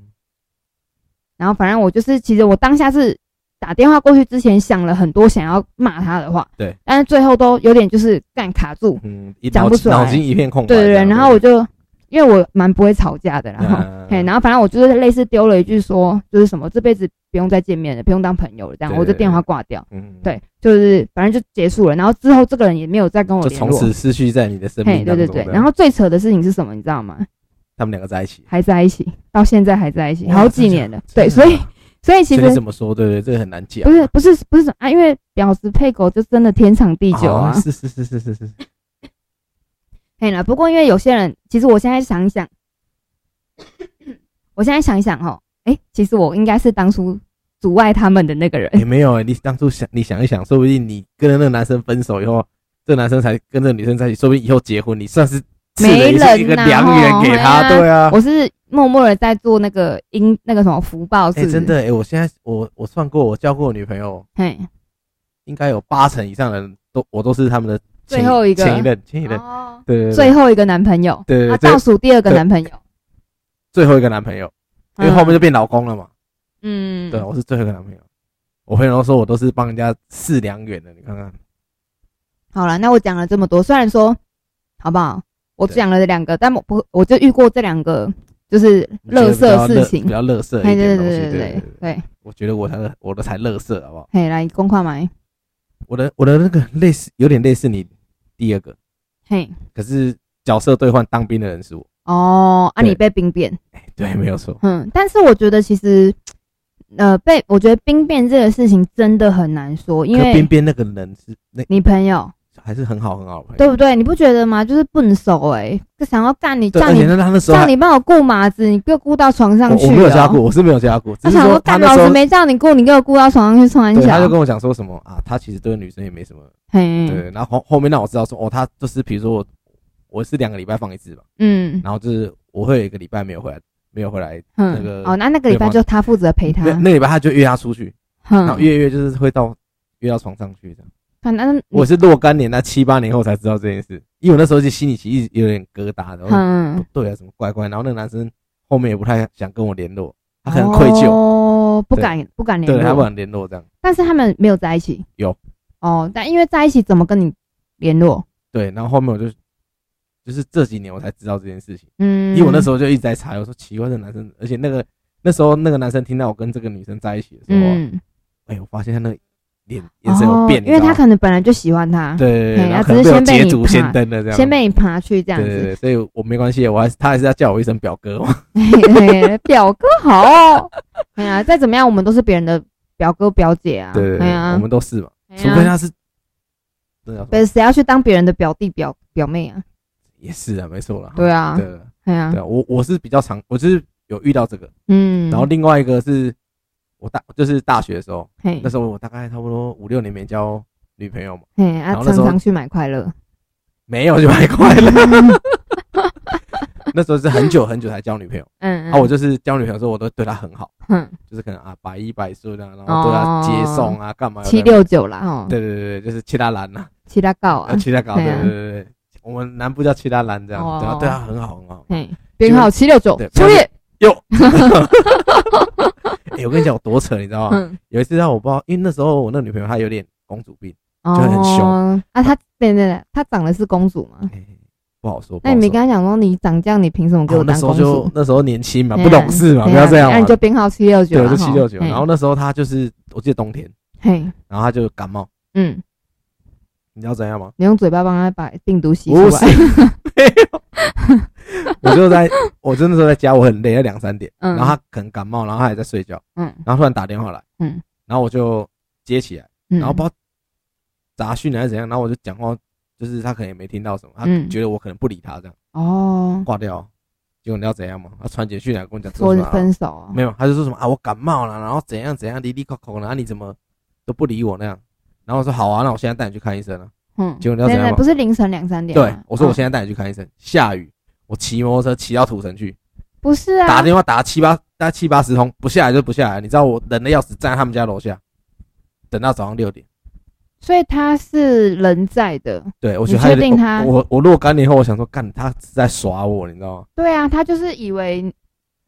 S2: 然后反正我就是，其实我当下是打电话过去之前想了很多想要骂他的话，
S1: 对，
S2: 但是最后都有点就是干卡住，
S1: 嗯，一
S2: 讲
S1: 脑
S2: 不
S1: 筋
S2: 出来
S1: 脑筋一片空白这
S2: 对
S1: 样。
S2: 对对，然后我就因为我蛮不会吵架的啦，然后、
S1: 嗯
S2: 嘿，然后反正我就是类似丢了一句说，就是什么这辈子不用再见面了，不用当朋友了，这样
S1: 对
S2: 我就
S1: 对
S2: 电话挂掉，
S1: 嗯，
S2: 对，就是反正就结束了，然后之后这个人也没有再跟我
S1: 就
S2: 哦联
S1: 从
S2: 络，
S1: 此失去在你的生
S2: 嘿，
S1: 命
S2: 对
S1: 当
S2: 对
S1: 中。
S2: 对，
S1: 这样
S2: 然后最扯的事情是什么，你知道吗？
S1: 他们两个在一起，
S2: 还在一起，到现在还在一起，
S1: 哇
S2: 好几
S1: 真的
S2: 年了，
S1: 假的
S2: 对，所以。所以其
S1: 所以你
S2: 实
S1: 怎么说？对不对？这个很难讲。
S2: 不是不是不是啊，因为婊子配狗就真的天长地久啊
S1: 哦。是是是是是是，
S2: 可以了。不过因为有些人，其实我现在想一想， 我现在想一想哦，哎、其实我应该是当初阻碍他们的那个人。
S1: 也没有欸。你当初想，你想一想，说不定你跟那个男生分手以后，这个男生才跟这个女生在一起，说不定以后结婚，你算是赐了一
S2: 没
S1: 个
S2: 人
S1: 一个
S2: 呐
S1: 良缘给他。
S2: 吼
S1: 对啊，
S2: 我是默默的在做那个因那个什么福报，是
S1: 哎、
S2: 不是、
S1: 真的哎、我现在我我算过，我交过的女朋友，
S2: 嘿，
S1: 应该有八成以上的人都我都是他们的前
S2: 最后一个
S1: 前一任前一任，
S2: 哦，
S1: 哎对对对，
S2: 最后一个男朋友，
S1: 对对
S2: 啊，
S1: 对
S2: 倒数第二个
S1: 对
S2: 男朋友，
S1: 最后一个男朋友，因为
S2: 嗯
S1: 后面就变老公了嘛。
S2: 嗯，
S1: 对，我是最后一个男朋友。我朋友都说我都是帮人家试良缘的，你看看，
S2: 好了，那我讲了这么多，虽然说好不好，我
S1: 对
S2: 讲了两个，但我不我就遇过这两个就是乐色事情
S1: 比，较乐色一
S2: 嘿对
S1: 点的
S2: 对
S1: 东西。
S2: 对
S1: 对
S2: 对对，
S1: 我觉得我才我的才乐色，好不好？
S2: 嘿，来公话买，
S1: 我的我的那个类似有点类似你第二个，
S2: 嘿，
S1: 可是角色兑换当兵的人是我，
S2: 哦，啊，
S1: 对
S2: 你被兵变，
S1: 对，没有错。
S2: 嗯，但是我觉得其实，呃，被我觉得兵变这个事情真的很难说，因
S1: 可边
S2: 为
S1: 边那个人是那
S2: 你朋友
S1: 还是很好很好的朋
S2: 对
S1: 友，
S2: 不对？你不觉得吗？就是笨手哎、就想要干你，
S1: 对，
S2: 叫
S1: 而
S2: 你
S1: 且那他那时候
S2: 叫
S1: 还
S2: 你帮我顾麻子，你给我顾到床上
S1: 我
S2: 去、
S1: 我
S2: 哦。
S1: 没有加过，我是没有加过，
S2: 他
S1: 只是
S2: 想说
S1: 说他
S2: 干
S1: 那
S2: 老
S1: 时
S2: 子
S1: 候
S2: 没叫你顾，你给我顾到床上去穿
S1: 对，他就
S2: 小。
S1: 跟我讲说什么啊，他其实对女生也没什么
S2: 嘿，
S1: 对，然后后后面让我知道说，哦，他就是比如说我我是两个礼拜放一次吧，
S2: 嗯
S1: 然后就是我会有一个礼拜没有回来，没有回来，
S2: 嗯，
S1: 那个
S2: 哦，那那个礼拜就他负责陪他嗯
S1: 那。那礼拜他就约他出去，然后
S2: 哼，啊
S1: 约一约就是会到约到床上去这样。
S2: 反正
S1: 我是若干年，那七八年后才知道这件事，因为我那时候就心里其实有点疙瘩的，然后不
S2: 嗯，
S1: 对啊，什么怪怪，然后那个男生后面也不太想跟我联络，他可能愧疚，
S2: 哦，不敢不敢
S1: 对，他不
S2: 联络。
S1: 想联络这样，
S2: 但是他们没有在一起。
S1: 有
S2: 哦，但因为在一起怎么跟你联络？
S1: 对，然后后面我就就是这几年我才知道这件事情。
S2: 嗯，
S1: 因为我那时
S2: 候
S1: 候就一直在查，我说奇怪，这男生，而且那个那时候那个男生听到我跟这个女生在一起的时候啊，
S2: 嗯，
S1: 哎、我发现他那个脸眼神有变，
S2: 哦
S1: 你知
S2: 因为
S1: 道吗
S2: 他可能本来就喜欢他，
S1: 对对对
S2: 嗯嘿
S1: 对，然
S2: 他
S1: 后
S2: 只
S1: 可能被我
S2: 是先被
S1: 捷
S2: 你
S1: 足
S2: 怕
S1: 先登了这样，
S2: 先被你爬去这样
S1: 对对
S2: 子。
S1: 对，所以我没关系，我还是他还是要叫我一声表哥 嘛，
S2: 嘿嘿表哥好哦，哎呀，再怎么样我们都是别人的表哥表姐啊，
S1: 对对
S2: 哎
S1: 对，
S2: 呀
S1: 我们都是嘛，
S2: 哎呀
S1: 除非他是，对啊，
S2: 对，谁要去当别人的表弟表表妹啊？
S1: 也是啊，没错啦，
S2: 对啊
S1: 对，对
S2: 哎呀
S1: 对，啊，我我是比较常，我就是有遇到这个，
S2: 嗯，
S1: 然后另外一个是我大就是大学的时候，
S2: 嘿
S1: 那，时候我大概差不多五六年没交女朋友嘛，
S2: 嘿，啊
S1: 然，后那
S2: 常
S1: 时候
S2: 常去买快乐，
S1: 没有就买快乐。 那时候是很久很久才交女朋友，
S2: 嗯，
S1: 然啊后我就是交女朋友的时候，我都对她很好，
S2: 哼
S1: 就是可能啊百依百顺啊，然后对她接送啊，干嘛有的
S2: 哦七六九啦，哦，
S1: 对对对对，就是七拉兰呐，
S2: 七大告啊
S1: 啊，七拉搞，对
S2: 对啊
S1: 对对对，我们南部叫七拉兰这样，
S2: 哦
S1: 对啊，对她很好很好。
S2: 嘿，编号七六九
S1: 对，
S2: 秋叶，
S1: 哟， 哎，我跟你讲，我多扯，你知道吗？
S2: 嗯，
S1: 有一次让我不知道，因为那时候我那女朋友她有点公主病，
S2: 就
S1: 很凶
S2: 哦啊，她对对对，她长得是公主嘛，
S1: 哎，不好说。不
S2: 那
S1: 好
S2: 嗯哎你没
S1: 说
S2: 跟她讲说你长这样，你凭什么给
S1: 然后
S2: 我
S1: 那
S2: 当
S1: 时候
S2: 公
S1: 就
S2: 主？
S1: 那时候年轻嘛，
S2: 嘿啊
S1: 不懂事嘛，
S2: 嘿
S1: 不
S2: 啊
S1: 要这样
S2: 那你
S1: 嘛
S2: 就。编号七六九
S1: 对，
S2: 啦，
S1: 我就七六九。
S2: 吼嘿
S1: 然后那时候他就是，我记得冬天，
S2: 嘿，
S1: 然后他就感冒，
S2: 嗯，
S1: 你知道怎样吗？
S2: 你用嘴巴帮他把病毒洗出
S1: 不是
S2: 来。，
S1: 没有， 我就在，我真的时候在家，我很累，要两三点，
S2: 嗯
S1: 然后他可能感冒，然后他还在睡觉，
S2: 嗯
S1: 然后突然打电话来，
S2: 嗯，
S1: 然后我就接起来，
S2: 嗯，
S1: 然后不知道杂讯还是怎样，然后我就讲话，就是他可能也没听到什么，他
S2: 嗯
S1: 觉得我可能不理他这样，
S2: 哦，
S1: 挂掉。结果你知道怎样吗？他传简讯来跟我讲
S2: 说
S1: 什
S2: 是
S1: 么啊
S2: 分手哦
S1: 没有，他就说什么啊，我感冒了，然后怎样怎样，滴滴扣扣，啊然后你怎么都不理我那样。然后我说好啊，那我现在带你去看医生啊。
S2: 嗯，
S1: 结果你知道
S2: 等
S1: 怎样
S2: 等，
S1: 吗
S2: 不？是凌晨两三点吗？
S1: 对，我说我
S2: 哦
S1: 现在带你去看医生。下雨，我骑摩托车骑到土城去，
S2: 不是啊，
S1: 打电话打七八打七八十通，不下来就不下来。你知道我冷的要死，站在他们家楼下，等到早上六点。
S2: 所以他是人在的。
S1: 对，我
S2: 你
S1: 觉得他有
S2: 确
S1: 点
S2: 定他
S1: 我我我若干年后，我想说，干他是在耍我，你知道吗？
S2: 对啊，他就是以为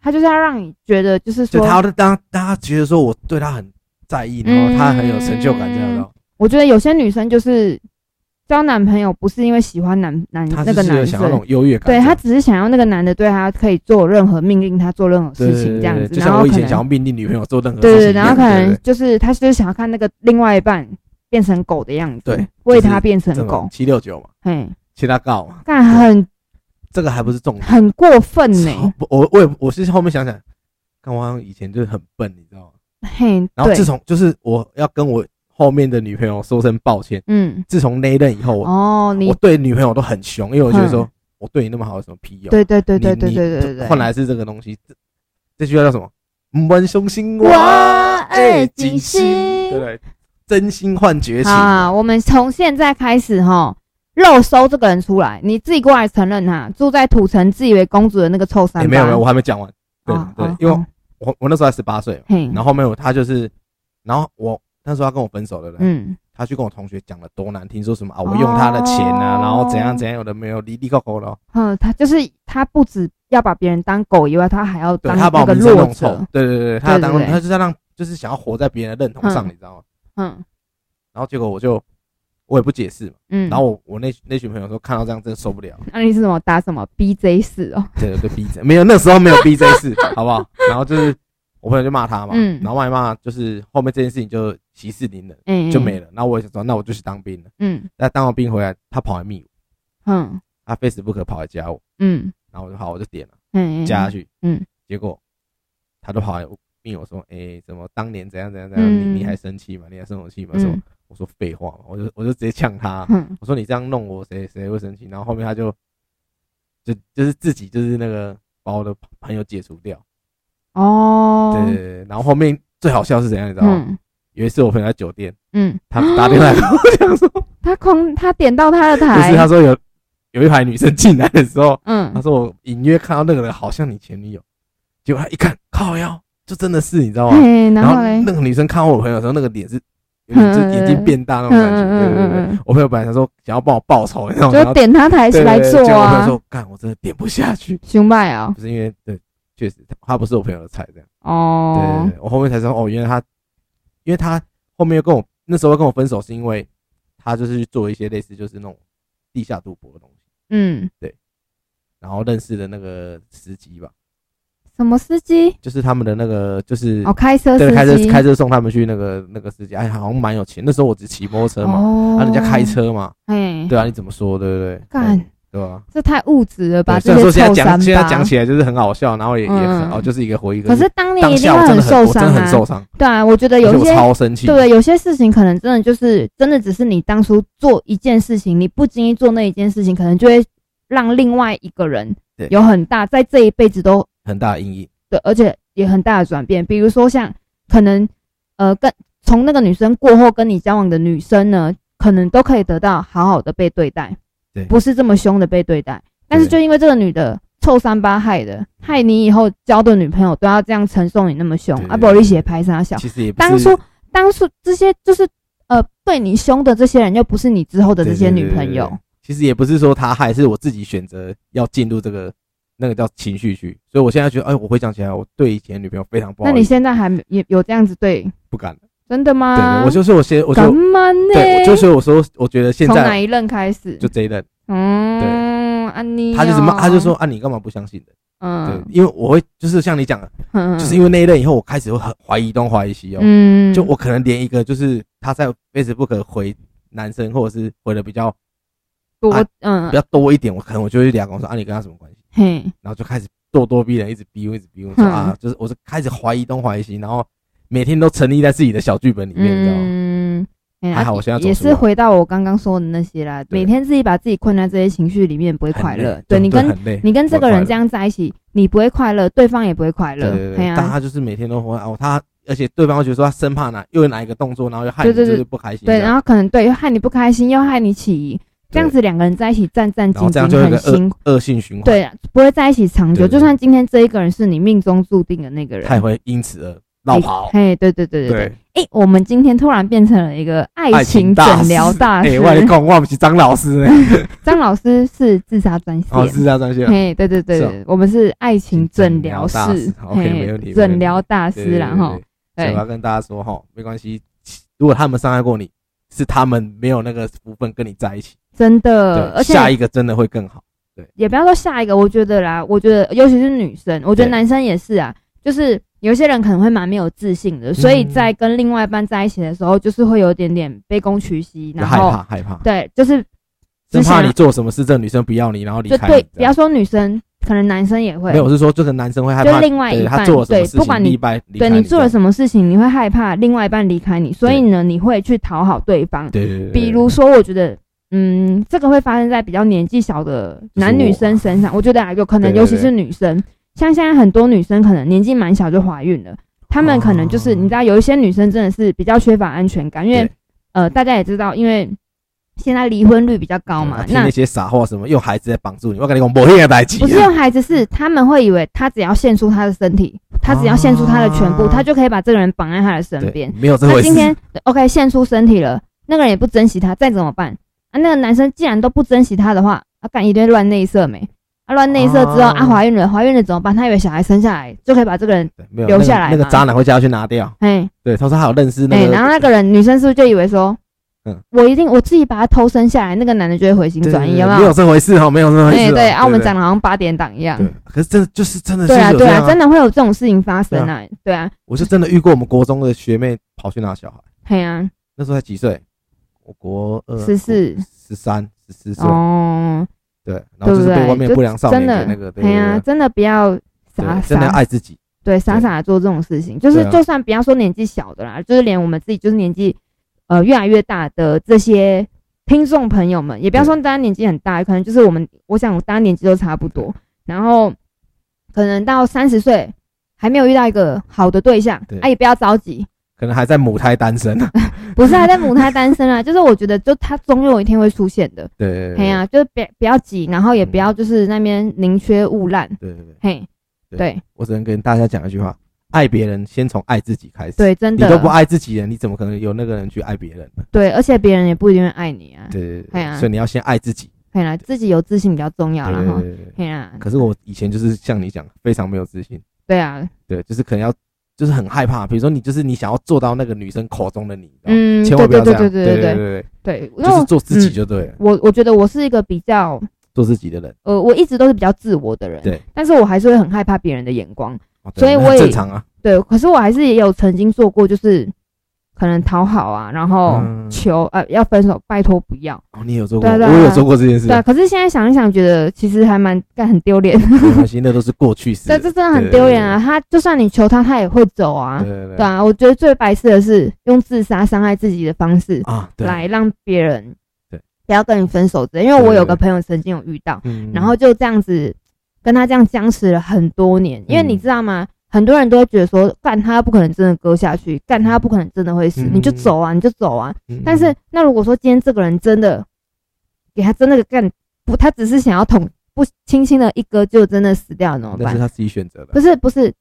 S2: 他就是要让你觉得就是
S1: 就
S2: 说，
S1: 他当大家觉得说我对他很在意，然后他很有成就感，这样
S2: 嗯
S1: 的。
S2: 我觉得有些女生就是交男朋友不是因为喜欢男男
S1: 他
S2: 嗯
S1: 就
S2: 那个
S1: 是有
S2: 男
S1: 想要那
S2: 生
S1: 种。优越感这
S2: 对
S1: 样。
S2: 他只是想要那个男的对他可以做任何命令他做任何
S1: 对
S2: 事情这样
S1: 对
S2: 子，
S1: 就
S2: 然
S1: 像
S2: 后
S1: 我以
S2: 可
S1: 前想
S2: 能
S1: 要命令女朋友做任何
S2: 对
S1: 事情
S2: 对，
S1: 一
S2: 然后
S1: 样，
S2: 可能
S1: 对
S2: 就是他就是想要看那个另外一半变成狗的样子，
S1: 对，
S2: 为
S1: 就是
S2: 他变成
S1: 这种
S2: 狗，
S1: 七六九嘛，
S2: 嘿，
S1: 七大告嘛，
S2: 干很
S1: 这个还不是重点。
S2: 很过分呢、欸
S1: 超不我我也我是后面想想，看我好像以前就是很笨，你知道吗？
S2: 嘿，
S1: 然后
S2: 对
S1: 自从就是我要跟我后面的女朋友说声抱歉，
S2: 嗯，
S1: 自从那一任以后，我
S2: 哦，你
S1: 我对女朋友都很凶，因为我觉得说
S2: 嗯
S1: 我对你那么好有什么屁用？
S2: 对对对
S1: 你
S2: 对对
S1: 你
S2: 对对
S1: 就
S2: 对，
S1: 换来是这个东西，这这句话叫什么？唔问雄心
S2: 我
S1: 哎
S2: 爱
S1: 锦
S2: 锦
S1: 心，
S2: 心
S1: 对不对？真心换绝情
S2: 好，啊，我们从现在开始哈，肉收这个人出来，你自己过来承认他住在土城自以为公主的那个臭三
S1: 哎，
S2: 八。
S1: 没有没有，我还没讲完。对
S2: 哦
S1: 对
S2: 哦，
S1: 因为
S2: 哦嗯
S1: 我我那时候才十八岁嘛，
S2: 嘿，
S1: 然后后面我他就是，然后我那时候他跟我分手的人，
S2: 嗯，
S1: 他去跟我同学讲了多难听，说什么啊我用他的钱啊，
S2: 哦
S1: 然后怎样怎样有的没有，离离扣扣的，哦
S2: 嗯，他就是他不止要把别人当狗以外，他还要
S1: 对
S2: 当
S1: 他把
S2: 那
S1: 我
S2: 个
S1: 名声
S2: 弱
S1: 弄臭
S2: 者，，
S1: 对对对，他要当
S2: 对对对
S1: 他就是要让就是想要活在别人的认同上，
S2: 嗯
S1: 你知道吗？
S2: 嗯
S1: 然后结果我就我也不解释嘛，
S2: 嗯。
S1: 然后我我那那群朋友说看到这样真的受不了，
S2: 那你是什么打什么 BJ 四哦？
S1: 对对对，B J 没有那时候没有 B J 事， 好不好？然后就是我朋友就骂他嘛，
S2: 嗯
S1: 然后骂一骂，就是后面这件事情就息事宁人，
S2: 嗯，
S1: 就没了。然后我也想说，那我就去当兵了。
S2: 嗯
S1: 那当完兵回来，他跑来密我，
S2: 嗯
S1: 他 Facebook 跑来加我，
S2: 嗯
S1: 然后我就好，我就点了
S2: 嗯，
S1: 加下去，
S2: 嗯，
S1: 结果他就跑来密我说，哎，怎么当年怎样怎样怎样，
S2: 嗯
S1: 你你还生气吗？你还生我气吗？什么？啊
S2: 嗯
S1: 我说废话嘛，我就我就直接呛 他，
S2: 嗯
S1: 我说你这样弄我，谁谁会生气？然后后面他就就就是自己就是那个把我的朋友解除掉。
S2: 哦，
S1: 对对对对，然后后面最好笑是怎样，你知道吗？
S2: 嗯
S1: 有一次我朋友在酒店，
S2: 嗯，
S1: 他打电话跟我讲说，
S2: 他空他点到他的
S1: 就是他
S2: 台，
S1: 说有有一排女生进来的时候，他
S2: 嗯，
S1: 说我隐约看到那个人好像你前女友，结果他一看靠腰，就真的是你知道吗？
S2: 嘿，嗯然
S1: 哦然
S2: 后
S1: 后
S2: 嘞，嗯
S1: 那个女生看到我朋友的时候，那个脸是。就眼睛变大那种感觉，对对对对。我朋友本来想说想要帮我报仇，你知道吗？
S2: 就点他台
S1: 对对对
S2: 来做
S1: 结果我朋友
S2: 啊，
S1: 说干，我真的点不下去，
S2: 熊拜啊，
S1: 不是因为对，确实他不是我朋友的菜，这样。对
S2: 哦
S1: 对，，对，我后面才知道哦，原来他，因为他后面又跟我那时候跟我分手，是因为他就是去做一些类似就是那种地下赌博的东西，
S2: 嗯，
S1: 然后认识的那个司机吧，
S2: 什么司机？
S1: 就是他们的那个就是
S2: 哦，开车
S1: 对
S2: 司机，
S1: 开车开车送他们去那个那个司机，哎，好像蛮有钱。那时候我只骑摩托车嘛，
S2: 哦，
S1: 啊，人家开，车嘛，
S2: 哎，
S1: 对啊，你怎么说，对不对？
S2: 干
S1: 哎，对吧？
S2: 这太物质了吧？
S1: 对虽然
S2: 这
S1: 说
S2: 些
S1: 现在
S2: 臭
S1: 讲
S2: 三
S1: 现在
S2: 八
S1: 讲，起来就是很好笑，然后也也很
S2: 嗯
S1: 哦，就是一个回忆。
S2: 可是当年
S1: 当
S2: 一定
S1: 下我
S2: 会
S1: 真的
S2: 受
S1: 很我真
S2: 伤
S1: 的很
S2: 啊
S1: 受，伤，
S2: 对啊，我觉得
S1: 而且
S2: 有一
S1: 我
S2: 些
S1: 超生气，
S2: 对，有些事情可能真的就是真的只是你当初做一件事情，你不经意做那一件事情，可能就会让另外一个人
S1: 对
S2: 有很大在这一辈子都
S1: 很大的阴影。
S2: 对，而且也很大的转变。比如说像可能呃跟从那个女生过后跟你交往的女生呢，可能都可以得到好好的被对待，
S1: 对
S2: 不是这么凶的被对待。但是就因为这个女的臭三八害的，害你以后交的女朋友都要这样承受你那么凶
S1: 对，
S2: 啊
S1: 对
S2: 不然
S1: 对
S2: 你写拍啥小？
S1: 其实也不
S2: 当
S1: 是
S2: 初当初这些就是呃对你凶的这些人，又不是你之后的这些
S1: 对对
S2: 女
S1: 对
S2: 朋
S1: 对
S2: 友
S1: 对。其实也不是说他害，是我自己选择要进入这个那个叫情绪区。所以我现在觉得，哎，我回想起来，我对以前的女朋友非常不好
S2: 那
S1: 意思，
S2: 你现在还没有有这样子对？
S1: 不敢了。
S2: 真的
S1: 对
S2: 吗？
S1: 对，我就是我先，我
S2: 干
S1: 就
S2: 嘛呢？
S1: 对，我就是我说，我觉得现
S2: 从哪
S1: 在
S2: 一任开始？
S1: 就这一任，
S2: 嗯，安妮哦，
S1: 他就是骂，他就说啊，你干嘛不相信的？
S2: 嗯，
S1: 对，因为我会就是像你讲的，
S2: 嗯，
S1: 就是因为那一任以后，我开始会很怀疑东怀疑西哦。
S2: 嗯，
S1: 就我可能连一个就是他在 Facebook 回男生，或者是回的比较
S2: 多
S1: 啊
S2: 嗯
S1: 比较多一点，我可能我就会俩跟我说啊，你跟他什么关系？
S2: 嘿
S1: 然后就开始咄咄逼人，一直逼我，一直逼我，说
S2: 嗯
S1: 啊，就是我是开始怀疑东怀疑西，然后每天都沉溺在自己的小剧本里面，你知道吗？
S2: 嗯。哎
S1: 还好我现在
S2: 也
S1: 走出来
S2: 是回到我刚刚说的那些啦，
S1: 对
S2: 每天自己把自己困在这些情绪里面，不会嗯快
S1: 很累
S2: 乐。对你跟
S1: 很累，
S2: 你跟这个人这
S1: 样，
S2: 样在一起，你不会快乐，对方也不会快
S1: 对
S2: 乐。
S1: 对
S2: 嘿
S1: 对，
S2: 啊
S1: 但他就是每天都活哦，他而且对方会觉得说他生怕哪又有哪一个动作，然后又害你
S2: 对对
S1: 就
S2: 对
S1: 是不开心这
S2: 对，
S1: 样，
S2: 然后可能对又害你不开心，又害你起疑，这样子两个人在一起战战
S1: 然后
S2: 兢
S1: 这样就
S2: 兢，
S1: 会有一
S2: 很
S1: 个
S2: 辛苦。
S1: 恶恶性循环，，
S2: 对，不会在一起长久。
S1: 对对
S2: 就算今天这一个人是你命中注定的那个人，
S1: 他也会因此而绕跑，
S2: 哎嘿，对对对对对。
S1: 哎对，
S2: 哎、我们今天突然变成了一个爱情诊疗大
S1: 哎，
S2: 师。
S1: 外公，我不是张老师 呢，
S2: 张老师是自杀专线。
S1: 哦，是啊，张先生，
S2: 嘿，对对对
S1: 是啊
S2: 对，我们是爱情诊疗室
S1: 诊疗大师，好，OK，没问题没问题
S2: 诊疗大
S1: 对
S2: 师啦哎哈。
S1: 所以
S2: 对
S1: 我要跟大家说哈，没关系，如果他们伤害过你，是他们没有那个福分跟你在一起，
S2: 真的，
S1: 对
S2: 而且
S1: 下一个真的会更好。
S2: 也不要说下一个，我觉得啦，我觉得尤其是女生，我觉得
S1: 对
S2: 男生也是啊，就是有些人可能会蛮没有自信的，所以
S1: 嗯
S2: 在跟另外一半在一起的时候，就是会有点点卑躬屈膝，
S1: 就
S2: 然
S1: 害
S2: 后
S1: 怕害怕，
S2: 对，就是
S1: 生
S2: 只
S1: 怕
S2: 想
S1: 你做什么事，这个女生不要你，然后离
S2: 就
S1: 开你。
S2: 对，
S1: 这
S2: 不要
S1: 样
S2: 说女生，可能男生也会
S1: 没有，我是说这个男生会害怕，
S2: 就另外一
S1: 对
S2: 半
S1: 他做了什么
S2: 对
S1: 事情，
S2: 不管你
S1: 另一半离开
S2: 对你
S1: 你
S2: 做了什么事情，你会害怕另外一半离开你，所以呢，你会去讨好对方。
S1: 对对对，对
S2: 比如说，我觉得，嗯，这个会发生在比较年纪小的男女生身上。我觉得啊，有可能，
S1: 对对对
S2: 尤其是女生，像现在很多女生可能年纪蛮小就怀孕了，她们可能就是、
S1: 哦
S2: 你知道，有一些女生真的是比较缺乏安全感，因为
S1: 对
S2: 呃，大家也知道，因为现在离婚率比较高
S1: 对
S2: 嘛
S1: 啊，听
S2: 那
S1: 那些傻话什么，用孩子在绑住你，我跟你讲，没那个代志啊，
S2: 不是用孩子，是他们会以为他只要献出他的身体，他只要献出他的全部，
S1: 啊
S2: 他就可以把这个人绑在他的身
S1: 对
S2: 边。
S1: 没有这
S2: 他
S1: 回事
S2: 今。天 OK 献出身体了，那个人也不珍惜他，再怎么办啊？那个男生既然都不珍惜他的话，啊，干一堆乱内射没？啊，乱内射之后
S1: 哦
S2: 啊，怀孕了，怀孕了怎么办？他以为小孩生下来就可以把这个人，
S1: 对没有
S2: 留
S1: 那个
S2: 下来
S1: 那个
S2: 嘛
S1: 渣男会叫他去拿掉。
S2: 哎
S1: 对，他说他有认识那，
S2: 哎
S1: 个，
S2: 然后那个人女生是不是就以为说，
S1: 嗯
S2: 我一定我自己把他偷生下来，那个男的就会回心
S1: 对对
S2: 转意，
S1: 对
S2: 有
S1: 没有
S2: 有？
S1: 这回事哈，没有这回事
S2: 哎，
S1: 哦。
S2: 对啊，我们
S1: 对
S2: 讲的好像八点档一样
S1: 对，。可是真的就是真的就
S2: 对
S1: 是
S2: 啊，
S1: 有
S2: 对
S1: 这
S2: 啊，
S1: 样
S2: 真
S1: 啊，
S2: 的会有这种事情发生啊！对啊，
S1: 我是真的遇过我们国中的学妹跑去拿小孩，
S2: 嘿啊，
S1: 那时候才几岁，我国二
S2: 十四
S1: 十三十四岁，
S2: 哦，
S1: 对，然后就是
S2: 对不对
S1: 被外面
S2: 就
S1: 不良少
S2: 真
S1: 年
S2: 的
S1: 的那个，对
S2: 嘿啊，
S1: 对
S2: 真的不要傻
S1: 对，真的要
S2: 傻
S1: 爱自己，
S2: 对，傻傻的做这种事情，就是
S1: 对啊
S2: 就算不要说年纪小的啦，就是连我们自己就是年纪呃越来越大的这些听众朋友们，也不要说大家年纪很大，可能就是我们，我想大家年纪都差不多，然后可能到三十岁还没有遇到一个好的对象
S1: 对，
S2: 啊，也不要着急，
S1: 可能还在母胎单身呢。
S2: 不是还在母胎单身啊， 就是我觉得就他总有一天会出现的，
S1: 对对对嗯
S2: 嘿呀、
S1: 对
S2: 就是别不要急，然后也不要就是那边宁缺毋滥，
S1: 对对对，
S2: 嘿，
S1: 对
S2: 对
S1: 我只能跟大家讲一句话：爱别人先从爱自己开始。，
S2: 对，真
S1: 你都不
S2: 的，
S1: 爱自己人，你怎么可能有那个人去爱别人呢？
S2: 对，而且别人也不一定会爱你啊，
S1: 对对
S2: 哎
S1: 对
S2: 呀
S1: 对，所以你要先爱自己。
S2: 嘿啦，自己有自信比较重要
S1: 对
S2: 啦
S1: 对
S2: 哈
S1: 对，对对。
S2: 嘿啦，
S1: 可是我以前就是像你讲，非常没有自信。
S2: 对啊，
S1: 对，就是可能要，就是很害怕。比如说你，就是你想要做到那个女生口中的你，嗯，
S2: 嗯，
S1: 千
S2: 对
S1: 万不
S2: 对
S1: 要这
S2: 对
S1: 样。
S2: 对
S1: 对
S2: 对对
S1: 对
S2: 对，
S1: 对，
S2: 因为
S1: 就是
S2: 我
S1: 做自己就对了，
S2: 我我觉得我是一个比较
S1: 做自己的人。
S2: 呃，我一直都是比较自我的人，
S1: 对，
S2: 但是我还是会很害怕别人的眼光，
S1: 哦对
S2: 所以
S1: 那
S2: 我
S1: 很
S2: 也
S1: 正常啊。
S2: 对，可是我还是也有曾经做过，就是可能讨好啊，然后
S1: 嗯
S2: 求呃要分手，拜托不要。
S1: 哦，你也有做过，
S2: 对啊对啊
S1: 我有做过这件事
S2: 对，啊，可是现在想一想，觉得其实还蛮干很丢脸。
S1: 没关系，那 都是过去式
S2: 这
S1: 了。
S2: 这真的很丢脸啊！他就算你求他，他也会走啊
S1: 对！对对
S2: 对啊，我觉得最白痴的是用自杀伤害自己的方式
S1: 啊，对，
S2: 来让别人
S1: 对
S2: 不要跟你分手之类。因为
S1: 对
S2: 我
S1: 对
S2: 有个
S1: 对
S2: 朋友曾经有遇到，
S1: 嗯
S2: 然后就这样子跟他这样僵持了很多年。因为你
S1: 嗯
S2: 知道吗？很多人都会觉得说，干他又不可能真的割下去，干他又不可能真的会死，
S1: 嗯
S2: 你就走啊，你就走啊。
S1: 嗯
S2: 但是那如果说今天这个人真的给他真的干不，他只是想要捅不轻轻的一割就真的死掉了怎么
S1: 那是
S2: 哦办？
S1: 他自己选择的
S2: 不。是不是，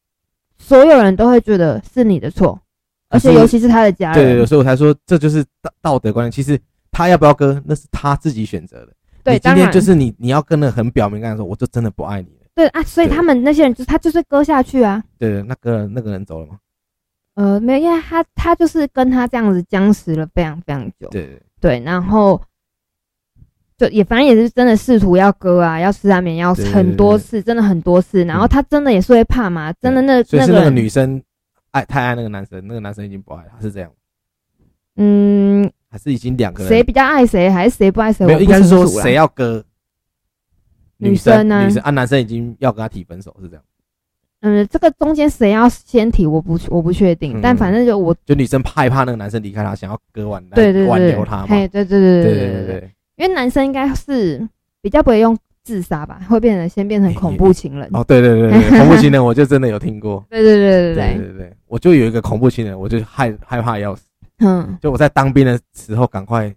S2: 所有人都会觉得是你的错，而且尤其是他的家
S1: 对对对，
S2: 人，
S1: 所以我才说这就是道道德观念。其实他要不要跟，那是他自己选择的。
S2: 对，
S1: 你今
S2: 当然
S1: 天就是你，你要跟的很表明，跟他说，我就真的不爱你了。
S2: 对啊，所以
S1: 对
S2: 他们那些人就是他就是割下去啊，
S1: 对对，那个人那个人走了吗？
S2: 呃，没有，因为他他就是跟他这样子僵持了非常非常久，
S1: 对对
S2: 对，然后就也反正也是真的试图要割啊，要吃安眠药
S1: 对对对嗯
S2: 很多次，真的很多次，然后他真的也是会怕嘛，真的那
S1: 所以是那个
S2: 人
S1: 女生爱太爱那个男生，那个男生已经不爱她，是这样吗，
S2: 嗯，
S1: 还是已经两个人
S2: 谁比较爱谁，还是谁不爱谁？
S1: 没
S2: 我
S1: 有？应
S2: 不
S1: 该是说
S2: 清楚啦
S1: 谁啊要跟
S2: 女
S1: 生
S2: 生啊
S1: 女生啊，男生已经要跟他提分手，是这样。
S2: 嗯，这个中间谁要先提，我不我不确定，
S1: 嗯
S2: 但反正就我
S1: 就女生害怕那个男生离开她，想要割腕来
S2: 对对
S1: 挽
S2: 对，
S1: 留他嘛？
S2: 嘿，对对
S1: 对
S2: 对对
S1: 对
S2: 对
S1: 对
S2: 对，
S1: 对，
S2: 因为男生应该是比较不会用自杀吧，会变成先变成恐怖情 人。
S1: 哦，对对对对，恐怖情人我就真的有听过。
S2: 对对 对
S1: 对
S2: 对对，
S1: 对对，我就有一个恐怖情人，我就害害怕要死，
S2: 嗯，
S1: 就我在当兵的时候赶快，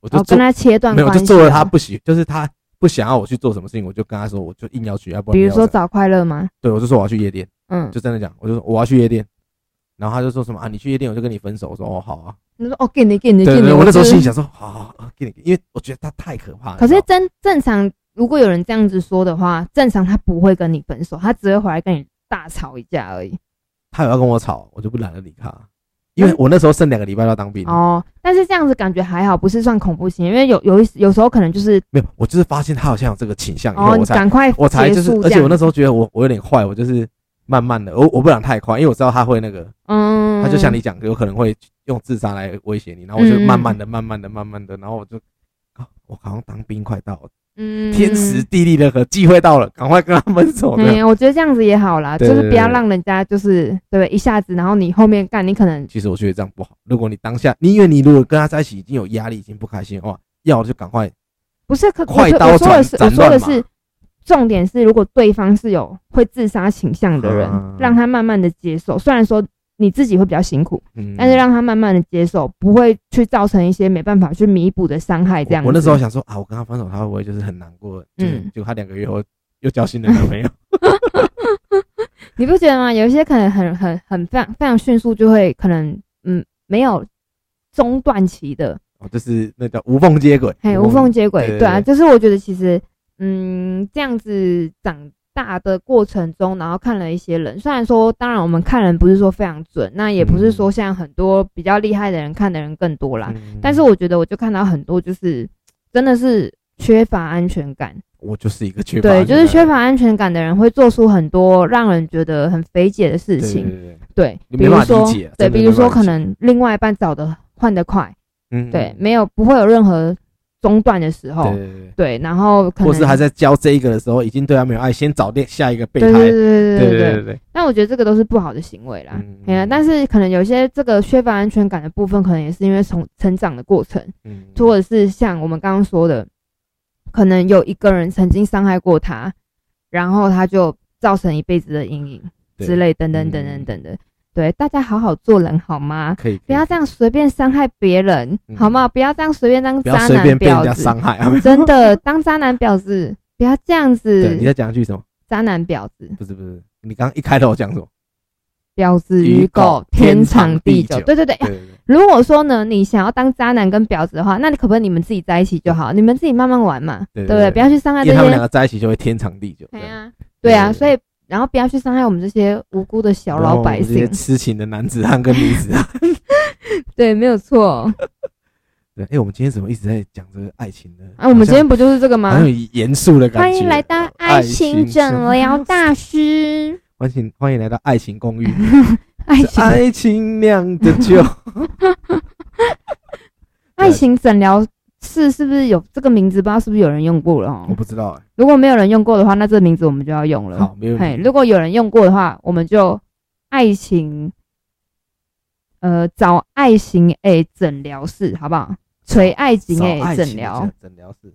S1: 我就
S2: 哦，
S1: 做
S2: 跟他切断
S1: 没有，
S2: 关
S1: 我
S2: 系，
S1: 就做了他，不喜，就是他不想要我去做什么事情，我就跟他说，我就硬要去，要不然不
S2: 比如
S1: 要
S2: 说
S1: 这样
S2: 找快乐吗？
S1: 对，我就说我要去夜店，
S2: 嗯，
S1: 就真的讲，我就说我要去夜店，然后他就说什么啊，你去夜店我就跟你分手，我说哦好啊，
S2: 你说哦，给你给你
S1: 对对
S2: 给你，
S1: 对，我那时候
S2: 就是
S1: 心里，想说哦好好好，给你，因为我觉得他太可怕了，
S2: 可
S1: 你
S2: 是
S1: 知道吗
S2: 真正常，如果有人这样子说的话，正常他不会跟你分手，他只会回来跟你大吵一架而已。
S1: 他有要跟我吵，我就不懒得理他，因为我那时候剩两个礼拜要当兵，
S2: 哦，但是这样子感觉还好，不是算恐怖情人，因为有有一有时候可能就是
S1: 没有，我就是发现他好像有这个倾向以后，
S2: 哦，
S1: 我
S2: 你
S1: 才
S2: 赶快
S1: 我才就
S2: 结
S1: 是
S2: 束，这
S1: 而且
S2: 样
S1: 我那时候觉得我我有点坏，我就是慢慢的，我我不想太快，因为我知道他会那个，
S2: 嗯，
S1: 他就像你讲，有可能会用自杀来威胁你，然后我就
S2: 嗯
S1: 慢慢的、慢慢的、慢慢的，然后我就，啊我好像当兵快到了，
S2: 嗯，
S1: 天时地利人和，机会到了，赶快跟他分手
S2: 哎
S1: 的。
S2: 呀，我觉得这样子也好啦，
S1: 对
S2: 就是
S1: 对
S2: 不要
S1: 对
S2: 让人家就是对一下子，然后你后面干，你可能
S1: 其实我觉得这样不好。如果你当下，你因为你如果跟他在一起已经有压力，已经不开心的话，要就赶快
S2: 不是可
S1: 快
S2: 我说
S1: 刀
S2: 我说的
S1: 斩
S2: 是
S1: 斩
S2: 我说的
S1: 乱麻
S2: 是重点是，如果对方是有会自杀倾向的人，
S1: 嗯
S2: 让他慢慢的接受，虽然说你自己会比较辛苦，
S1: 嗯，
S2: 但是让他慢慢的接受，不会去造成一些没办法去弥补的伤害。这
S1: 我
S2: 样子
S1: 我那时候想说啊，我跟他分手，他会不会就是很难过？嗯
S2: 嗯，
S1: 结果他两个月后又交新的男朋友。
S2: 你不觉得吗？有一些可能很很很非常非常迅速就会可能嗯没有中断期的，
S1: 哦，就是那叫无缝接轨，
S2: 嘿，无缝接轨
S1: 对，对
S2: 对啊，
S1: 对
S2: 就是我觉得其实，嗯，这样子长大的过程中，然后看了一些人，虽然说，当然我们看人不是说非常准，那也不是说像很多比较厉害的人看的人更多啦，
S1: 嗯
S2: 但是我觉得我就看到很多就是真的是缺乏安全感，
S1: 我就是一个缺乏安全
S2: 对，就
S1: 感，
S2: 是缺乏安全感的人会做出很多让人觉得很匪解的事
S1: 对
S2: 情，
S1: 对对对
S2: 对，
S1: 你
S2: 比
S1: 没
S2: 如
S1: 办法
S2: 说
S1: 理解，真
S2: 对，
S1: 的
S2: 比如
S1: 没办
S2: 说
S1: 法
S2: 可
S1: 理解
S2: 能另外一半找的换的快，
S1: 嗯，
S2: 对，没有不会有任何中断的时候，
S1: 对对对
S2: 对，然后可
S1: 对，
S2: 能
S1: 或是还在教这一个的时候，已经对他没有爱，先找恋下一个备
S2: 对对
S1: 胎，
S2: 对对
S1: 对
S2: 对对。
S1: 对对，
S2: 但我觉得这个都是不好的行为啦
S1: 嗯。
S2: 哎呀，但是可能有些这个缺乏安全感的部分，可能也是因为从成长的过程，
S1: 嗯
S2: 或者是像我们刚刚说的，可能有一个人曾经伤害过他，然后他就造成一辈子的阴影
S1: 对嗯
S2: 之类，等等等等等的。对，大家好好做人好吗？
S1: 可以，
S2: 不要这样随便伤害别人，
S1: 嗯
S2: 好吗？不要这样随便当
S1: 不要
S2: 渣
S1: 随
S2: 男
S1: 便被人
S2: 婊
S1: 家
S2: 子，
S1: 伤害啊！
S2: 真的当渣男婊子，不要这样
S1: 对，你
S2: 子，
S1: 在讲一句什么？
S2: 渣男婊子，
S1: 不是不是，你刚刚一开头讲什 么？
S2: 婊子
S1: 与
S2: 与
S1: 狗
S2: 狗
S1: 天
S2: 天
S1: 长
S2: 长
S1: 地
S2: 地久
S1: 久。
S2: 对对对，
S1: 对对对，
S2: 如果说呢，你想要当渣男跟婊子的话，那你可不可以你们自己在一起就好，你们自己慢慢玩嘛，
S1: 对对
S2: 对不对？
S1: 对
S2: 不要去伤害
S1: 因
S2: 这
S1: 为他们两
S2: 些，
S1: 个在一起就会天长地久。
S2: 对
S1: 这样
S2: 啊，对啊，
S1: 对对对
S2: 所以然后不要去伤害我们这些无辜的小
S1: 然后
S2: 老
S1: 我
S2: 百
S1: 们这些
S2: 姓，
S1: 痴情的男子汉跟女子啊汉。
S2: 对，没有错。
S1: 对，哎，我们今天怎么一直在讲这个爱情呢？
S2: 啊，我们今天
S1: 好
S2: 不就是这个
S1: 像好像
S2: 吗？
S1: 有严肃的感觉。
S2: 欢迎来到爱情诊疗大师，
S1: 欢迎欢迎来到爱情公寓，
S2: 爱
S1: 是
S2: 情
S1: 爱情酿的酒。
S2: 爱情诊疗室是不是有这个名字？不知道是不是有人用过了哦
S1: 我。不知道哎，
S2: 如果没有人用过的话，那这个名字我们就要用了。
S1: 好，没有
S2: 嘿，哎如果有人用过的话，我们就爱情，呃，找爱情诶诊疗室，好不好？垂爱情
S1: 找爱情
S2: 诶诊疗
S1: 的，诊疗室，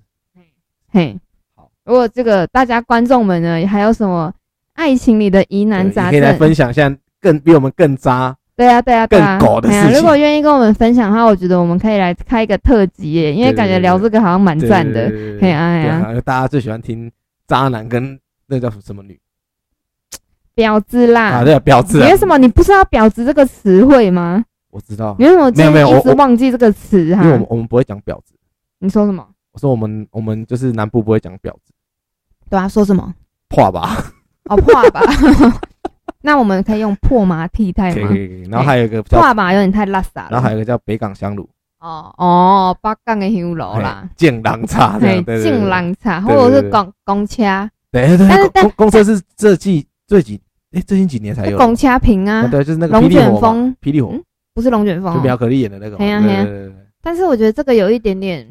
S2: 嘿
S1: 好。
S2: 如果这个大家观众们呢，还有什么爱情里的疑难
S1: 对
S2: 杂
S1: 你可以来
S2: 症？
S1: 分享一下更比我们更渣。
S2: 对啊，对啊，对啊。
S1: 更狗的
S2: 哎呀
S1: 事情
S2: 如果愿意跟我们分享的话，我觉得我们可以来开一个特辑耶，因为
S1: 对
S2: 感觉
S1: 对
S2: 聊
S1: 对
S2: 这个好像蛮
S1: 对
S2: 赞的。，嘿，哎
S1: 对
S2: 呀，
S1: 啊，大家最喜欢听渣男跟那叫什么女
S2: 婊子
S1: 啊？
S2: 啦！
S1: 对啊，婊子
S2: 你
S1: 啊。
S2: 为什么你不知道“婊子”这个词汇吗？
S1: 我知道，
S2: 你为什么今
S1: 没有
S2: 天
S1: 没有
S2: 一
S1: 我
S2: 直忘记这个词
S1: 因
S2: 哈
S1: 为？我们我们不会讲婊子。
S2: 你说什么？
S1: 我说我们我们就是南部不会讲婊子，
S2: 对啊，说什么？
S1: 话吧？
S2: 哦，破吧。 那我们可以用破麻替 代
S1: 可以
S2: 吗
S1: 可？以可以。然后还有一个叫，
S2: 破麻有点太拉撒了。
S1: 然后还有一个叫北港香炉，
S2: 哦哦，八杠的香楼啦
S1: 嘿，剑狼叉这
S2: 对
S1: 样，对，对对
S2: 进狼茶或
S1: 对对对
S2: 者
S1: 对
S2: 是公公车，
S1: 对对
S2: 哎但是
S1: 对，公公车是这季最几哎最近几年才有的，
S2: 公车瓶
S1: 啊
S2: 啊，
S1: 对，就是那个霹
S2: 龙
S1: 雳
S2: 卷
S1: 火嘛，
S2: 风
S1: 霹雳火
S2: 嗯不是龙卷风
S1: 就
S2: 哦。
S1: 苗可丽演的那个嘛，
S2: 嘿
S1: 对
S2: 呀
S1: 对
S2: 嘿呀
S1: 对对对，
S2: 但是我觉得这个有一点点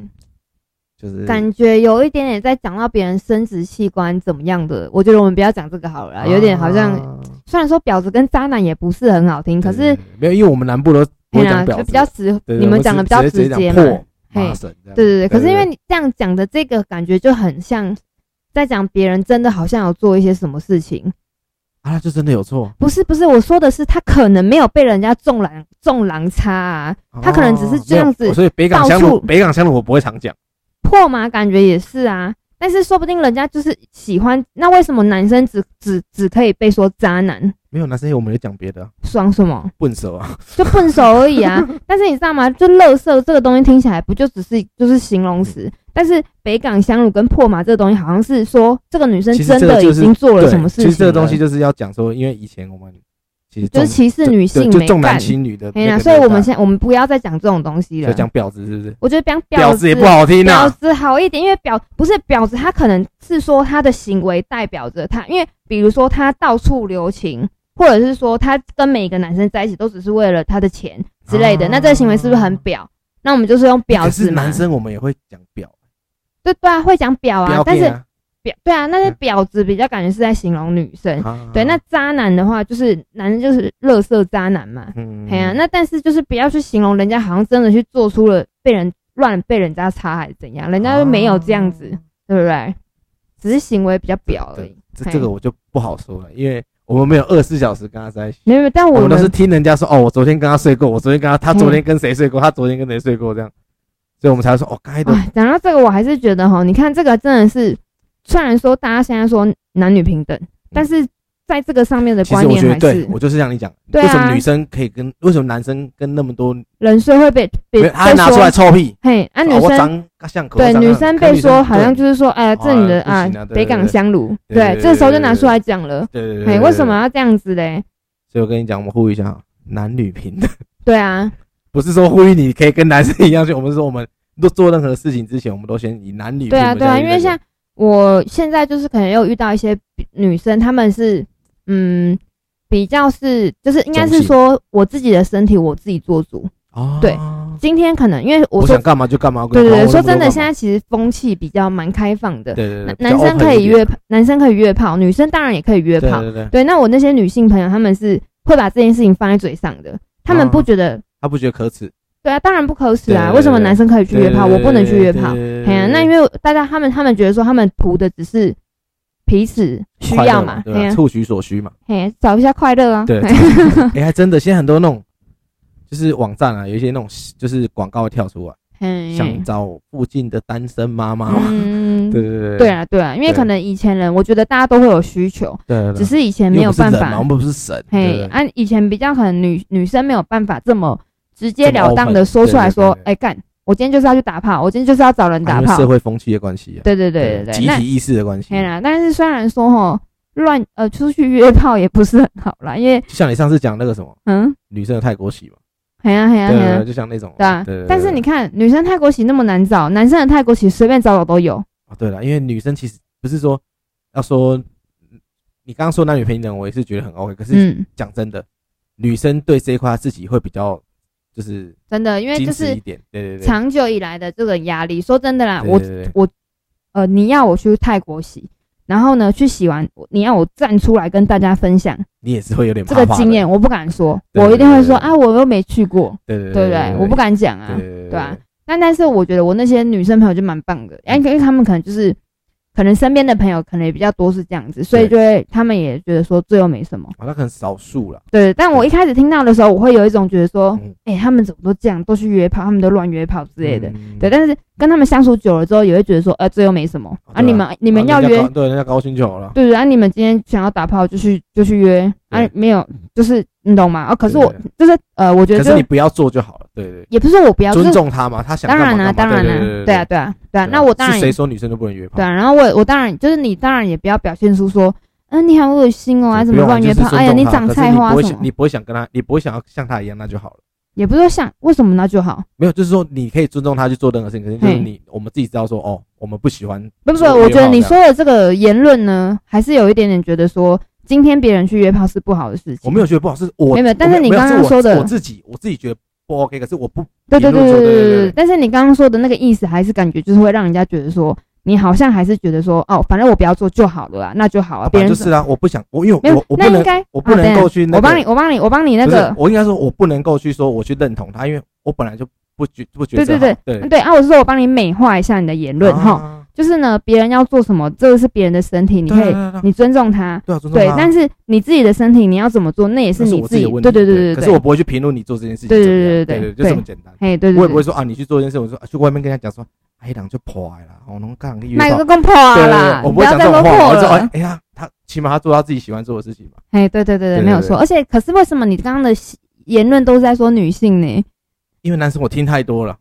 S1: 就是
S2: 感觉，有一点点在讲到别人生殖器官怎么样的。我觉得我们不要讲这个好了啦，有点好像
S1: 啊
S2: 虽然说婊子跟渣男也不是很好听，可
S1: 对对
S2: 是
S1: 对没有，因为我们南部都不
S2: 嘿
S1: 会讲
S2: 啦，就
S1: 婊
S2: 比较
S1: 子，
S2: 直，
S1: 对对
S2: 你
S1: 我们
S2: 讲的比较
S1: 直
S2: 直
S1: 接
S2: 接
S1: 讲
S2: 嘛。
S1: 破麻
S2: 嘿
S1: 绳这样，
S2: 对对对，可是
S1: 对
S2: 因为你这样讲的这个感觉就很像在讲别人真的好像有做一些什么事情，
S1: 啊，他就真的有错，
S2: 不是不是，我说的是他可能没有被人家中狼中狼插啊，他可能只是
S1: 哦
S2: 这样子
S1: 没有所以北港香
S2: 到
S1: 炉，
S2: 处
S1: 北港香炉我不会常讲，
S2: 破马感觉也是啊，但是说不定人家就是喜欢，那为什么男生只只只可以被说渣男？
S1: 没有男生我们就讲别的啊，
S2: 爽 什么？
S1: 笨手啊，
S2: 就笨手而已啊！ 但是你知道吗？就“乐色”这个东西听起来不就只是就是形容词？但是北港香炉跟破马这个东西，好像是说这个女生
S1: 其实
S2: 真
S1: 这个
S2: 的
S1: 就
S2: 已
S1: 是
S2: 经做了
S1: 对
S2: 什么事情
S1: 其
S2: 了。
S1: 实这个东西就是要讲说，因为以前我们其实
S2: 就
S1: 重
S2: 是歧视女性
S1: 对就
S2: 美
S1: 重男
S2: 感。
S1: 轻女的那个
S2: 哎
S1: 年代，
S2: 呀，所以我们现在我们不要再讲这种东西
S1: 就
S2: 了。
S1: 讲婊子是不是？
S2: 我觉得讲
S1: 婊
S2: 子
S1: 子也不好听
S2: 婊
S1: 啊，
S2: 子好一点，因为婊不是婊子，她可能是说她的行为代表着她，因为比如说她到处留情，或者是说她跟每一个男生在一起都只是为了他的钱之类的，
S1: 啊
S2: 那这个行为是不是很婊？那我们就是用婊
S1: 可是
S2: 子嘛。
S1: 男生我们也会讲婊，
S2: 对对啊，会讲婊啊，
S1: 标
S2: 但
S1: 配
S2: 是
S1: 啊
S2: 婊对啊，那是
S1: 嗯
S2: 婊子比较感觉是在形容女生。
S1: 啊
S2: 嗯对，那渣男的话就是男人就是乐色渣男嘛，
S1: 嗯
S2: 哎呀、那但是就是不要去形容人家好像真的去做出了被人乱被人家插还是怎样，人家就没有这样
S1: 哦
S2: 子，对不对？只是行为比较表而已。
S1: 这
S2: 嘿
S1: 这个我就不好说了，因为我们没有二十四小时跟他在一起，
S2: 没有，没有但
S1: 我
S2: 我
S1: 们都是
S2: 们嗯
S1: 听人家说哦，我昨天跟他睡过，我昨天跟他，他昨天跟谁睡过，他昨天跟谁睡过这样，所以我们才说哦，该的
S2: 哎，讲到这个，我还是觉得哈，你看这个真的是，虽然说大家现在说男女平等，但是在这个上面
S1: 嗯
S2: 的
S1: 其
S2: 观
S1: 实我
S2: 念
S1: 觉得
S2: 还
S1: 对
S2: 是
S1: 我就是让你讲，
S2: 对啊
S1: 为什么女生可以跟为什么男生跟那么多，
S2: 人设会被
S1: 没
S2: 被
S1: 有他还
S2: 被
S1: 拿出来
S2: 说，
S1: 臭屁，
S2: 嘿，啊，
S1: 啊
S2: 女
S1: 我
S2: 生
S1: 长像口
S2: 对
S1: 长
S2: 女
S1: 得
S2: 生
S1: 看
S2: 被说好像
S1: 对
S2: 就是说，哎，这你的
S1: 啊
S2: 啊
S1: 不行啊对
S2: 北港香炉，
S1: 对对
S2: 对
S1: 对，
S2: 这时候就拿出来讲了，
S1: 对对对
S2: 哎，
S1: 对，
S2: 为什么
S1: 对？
S2: 要这样子嘞？
S1: 所以我跟你讲，我们呼吁一下，男女平等，
S2: 对啊，
S1: 不是说呼吁你可以跟男生一样去，我们是说我们做做任何事情之前，我们都先以男女
S2: 对啊，
S1: 平等
S2: 对啊，
S1: 下去
S2: 因为
S1: 认
S2: 像我现在就是可能又遇到一些比女生，她们是嗯比较是就是应该
S1: 中
S2: 是
S1: 性
S2: 说我自己的身体我自己做主。
S1: 哦，
S2: 对今天可能因为我
S1: 我
S2: 说
S1: 想干嘛就干嘛，
S2: 对对对，
S1: 管我那么
S2: 说
S1: 多
S2: 真的，
S1: 干嘛
S2: 现在其实风气比较蛮开放的，
S1: 对对对，
S2: 男
S1: 比较
S2: 男生
S1: open
S2: 可以
S1: 一点
S2: 约炮，男生可以约炮，女生当然也可以约
S1: 对
S2: 炮。
S1: 对对，
S2: 对，那我那些女性朋友，她们是会把这件事情放在嘴上的，她们
S1: 嗯
S2: 不觉得。
S1: 他不觉得可耻，
S2: 对啊，当然不可耻
S1: 对对
S2: 啊！
S1: 对
S2: 为什么男生可以去约炮，
S1: 对
S2: 我不能去约炮？
S1: 对
S2: 哎呀、那因为大家他们他们觉得说他们图的只是彼此需
S1: 快乐
S2: 要嘛，
S1: 对
S2: 哎
S1: 吧？
S2: 呀、
S1: 触取所需嘛，
S2: 嘿、找一下快乐啊，
S1: 对
S2: 嘿
S1: 哎，还真的，现在很多那种就是网站啊，有一些那种就是广告会跳出来，
S2: 嘿
S1: 想找附近的单身妈妈嘛，
S2: 嗯，
S1: 对对对
S2: 对啊对啊，因为
S1: 对
S2: 可能以前人，我觉得大家都会有需求，
S1: 对对，对
S2: 只是以前没
S1: 因为
S2: 有
S1: 我们
S2: 办
S1: 是人嘛我
S2: 法，
S1: 们不是神，
S2: 嘿，啊
S1: 对对对
S2: 按、以前比较可能女女生没有办法这么直截
S1: 这么
S2: 了当
S1: open，
S2: 的说出来说
S1: 对对，对
S2: 哎干、我今天就是要去打炮，我今天就是要找人
S1: 啊
S2: 打
S1: 因为
S2: 炮
S1: 社，会风气的关系啊，
S2: 对对对对对，
S1: 集
S2: 那
S1: 体意识的关系
S2: 嘿，啦，但是虽然说吼乱呃出去约炮也不是很好啦，因为
S1: 就像你上次讲那个什么
S2: 嗯，
S1: 女生的泰国洗嘛，
S2: 嘿呀嘿呀
S1: 对
S2: 嘿
S1: 对
S2: 呀
S1: 对，。就像那种，
S2: 嗯对啊
S1: 对对，
S2: 但是你看，女生泰国洗那么难找，男生的泰国洗随便找找都有。
S1: 啊，对了，因为女生其实不是说要说，你刚刚说男女平等，我也是觉得很 OK。可是
S2: 嗯，
S1: 讲真的，女生对这一块自己会比较就是
S2: 真的，因为
S1: 矜
S2: 就
S1: 持
S2: 是
S1: 一点，对对对，
S2: 长久以来的这个压力。说真的啦，
S1: 对
S2: 我
S1: 对对对
S2: 呃，你要我去泰国洗，然后呢去洗完，你要我站出来跟大家分享
S1: 你也是会有点
S2: 这
S1: 怕
S2: 个
S1: 怕的
S2: 经，验，我不敢说，
S1: 对
S2: 我一定会
S1: 对对
S2: 说
S1: 对对
S2: 啊，我又没去过，
S1: 对对
S2: 对不对？我不，敢讲啊
S1: 对。对
S2: 对啊但但是我觉得我那些女生朋友就蛮棒的，因为因为他们可能就是。可能身边的朋友可能也比较多是这样子，所以就会他们也觉得说这又没什么，
S1: 啊，那可能少数了，
S2: 对，但我一开始听到的时候，我会有一种觉得说
S1: 嗯，
S2: 哎、他们怎么都这样，都去约炮，他们都乱约炮之类的。
S1: 嗯
S2: 对，，但是跟他们相处久了之后，也会觉得说，呃，这又没什么
S1: 对啊
S2: 啊，你们你们
S1: 啊
S2: 要
S1: 人家
S2: 约
S1: 高，对，人家高薪就好了，
S2: 对对啊，你们今天想要打炮就去就去约啊
S1: 对，
S2: 没有，就是你懂吗？啊，可是我
S1: 对对
S2: 就是呃，我觉
S1: 可
S2: 得
S1: 是你
S2: 就
S1: 不要做就好了，对对，
S2: 也不是我不要，就
S1: 尊
S2: 是
S1: 重他嘛，他想
S2: 当然
S1: 啦
S2: 啦，，当然
S1: 对
S2: 啦，对啊，，对啊，对啊，
S1: 对
S2: 那我当
S1: 是
S2: 然
S1: 谁
S2: 也
S1: 说女生就不能约炮？
S2: 对啊，然后我我当然就是你当然也不要表现出说，嗯，你好恶心哦，啊，怎么乱约炮？哎呀，
S1: 你
S2: 长菜花什么？
S1: 你不会想跟他，你不会想要像他一样，那就好了。
S2: 也不是说想为什么那就好，
S1: 没有，就是说你可以尊重他去做任何事情，可是就是
S2: 嘿
S1: 你我们自己知道说，哦，我们不喜欢，
S2: 不不，
S1: 说约
S2: 我觉得
S1: 炮
S2: 你
S1: 这样
S2: 说的这个言论呢，还是有一点点觉得说，今天别人去约炮是不好的事情。
S1: 我没有觉得不好，是我
S2: 没有没有但是
S1: 我
S2: 你刚刚
S1: 没有是我
S2: 说的
S1: 我自己我自己觉得不 OK，可是我不
S2: 对
S1: 言
S2: 对对
S1: 论
S2: 对
S1: 说对对
S2: 对
S1: 对
S2: 对。但是你刚刚说的那个意思，还是感觉就是会让人家觉得说，你好像还是觉得说，哦，反正我不要做就好了啦，那就好啊。
S1: 本
S2: 别
S1: 来
S2: 人
S1: 就是啊，我不想我因为
S2: 没
S1: 我
S2: 有，
S1: 我
S2: 那
S1: 不
S2: 应
S1: 能
S2: 该啊
S1: 我不能够去那
S2: 我帮
S1: 个
S2: 你，，我帮你，我帮你那
S1: 不是
S2: 个。
S1: 我应该说我不能够去说我去认同他，因为我本来就不觉不觉
S2: 对
S1: 得这
S2: 对对
S1: 好对
S2: 对啊！我是说我帮你美化一下你的言论哈，
S1: 啊
S2: 就是呢，别人要做什么，这个是别人的身体，你
S1: 对
S2: 可
S1: 对
S2: 以
S1: 对对
S2: 你尊重他，
S1: 对啊，尊重
S2: 对
S1: 他。
S2: 但是你自己的身体你要怎么做，那也
S1: 那是
S2: 你
S1: 我
S2: 自己
S1: 的问题，
S2: 对对对对对。
S1: 可是我不会去评论你做这件事情怎
S2: 对
S1: 么
S2: 对
S1: 样，
S2: 对对
S1: 对
S2: 对
S1: 对，
S2: 对
S1: 就这么简单。
S2: 嘿，对对对，
S1: 我也不会说啊，你去做一件事，我说、啊去外面跟人家讲说，哎，人就破了啦，我能干个约
S2: 买
S1: 炮
S2: 个更破啊
S1: 对对对，
S2: 啦你
S1: 我不
S2: 不
S1: 会
S2: 要
S1: 讲
S2: 再
S1: 这
S2: 说
S1: 种话，
S2: 破
S1: 我就说哎
S2: 了。
S1: 哎呀，他起码他做到自己喜欢做的事情嘛。
S2: 哎，对对对
S1: 对
S2: 对，
S1: 对
S2: 没有错。而且可是为什么你刚刚的言论都是在说女性呢？
S1: 因为男生我听太多了，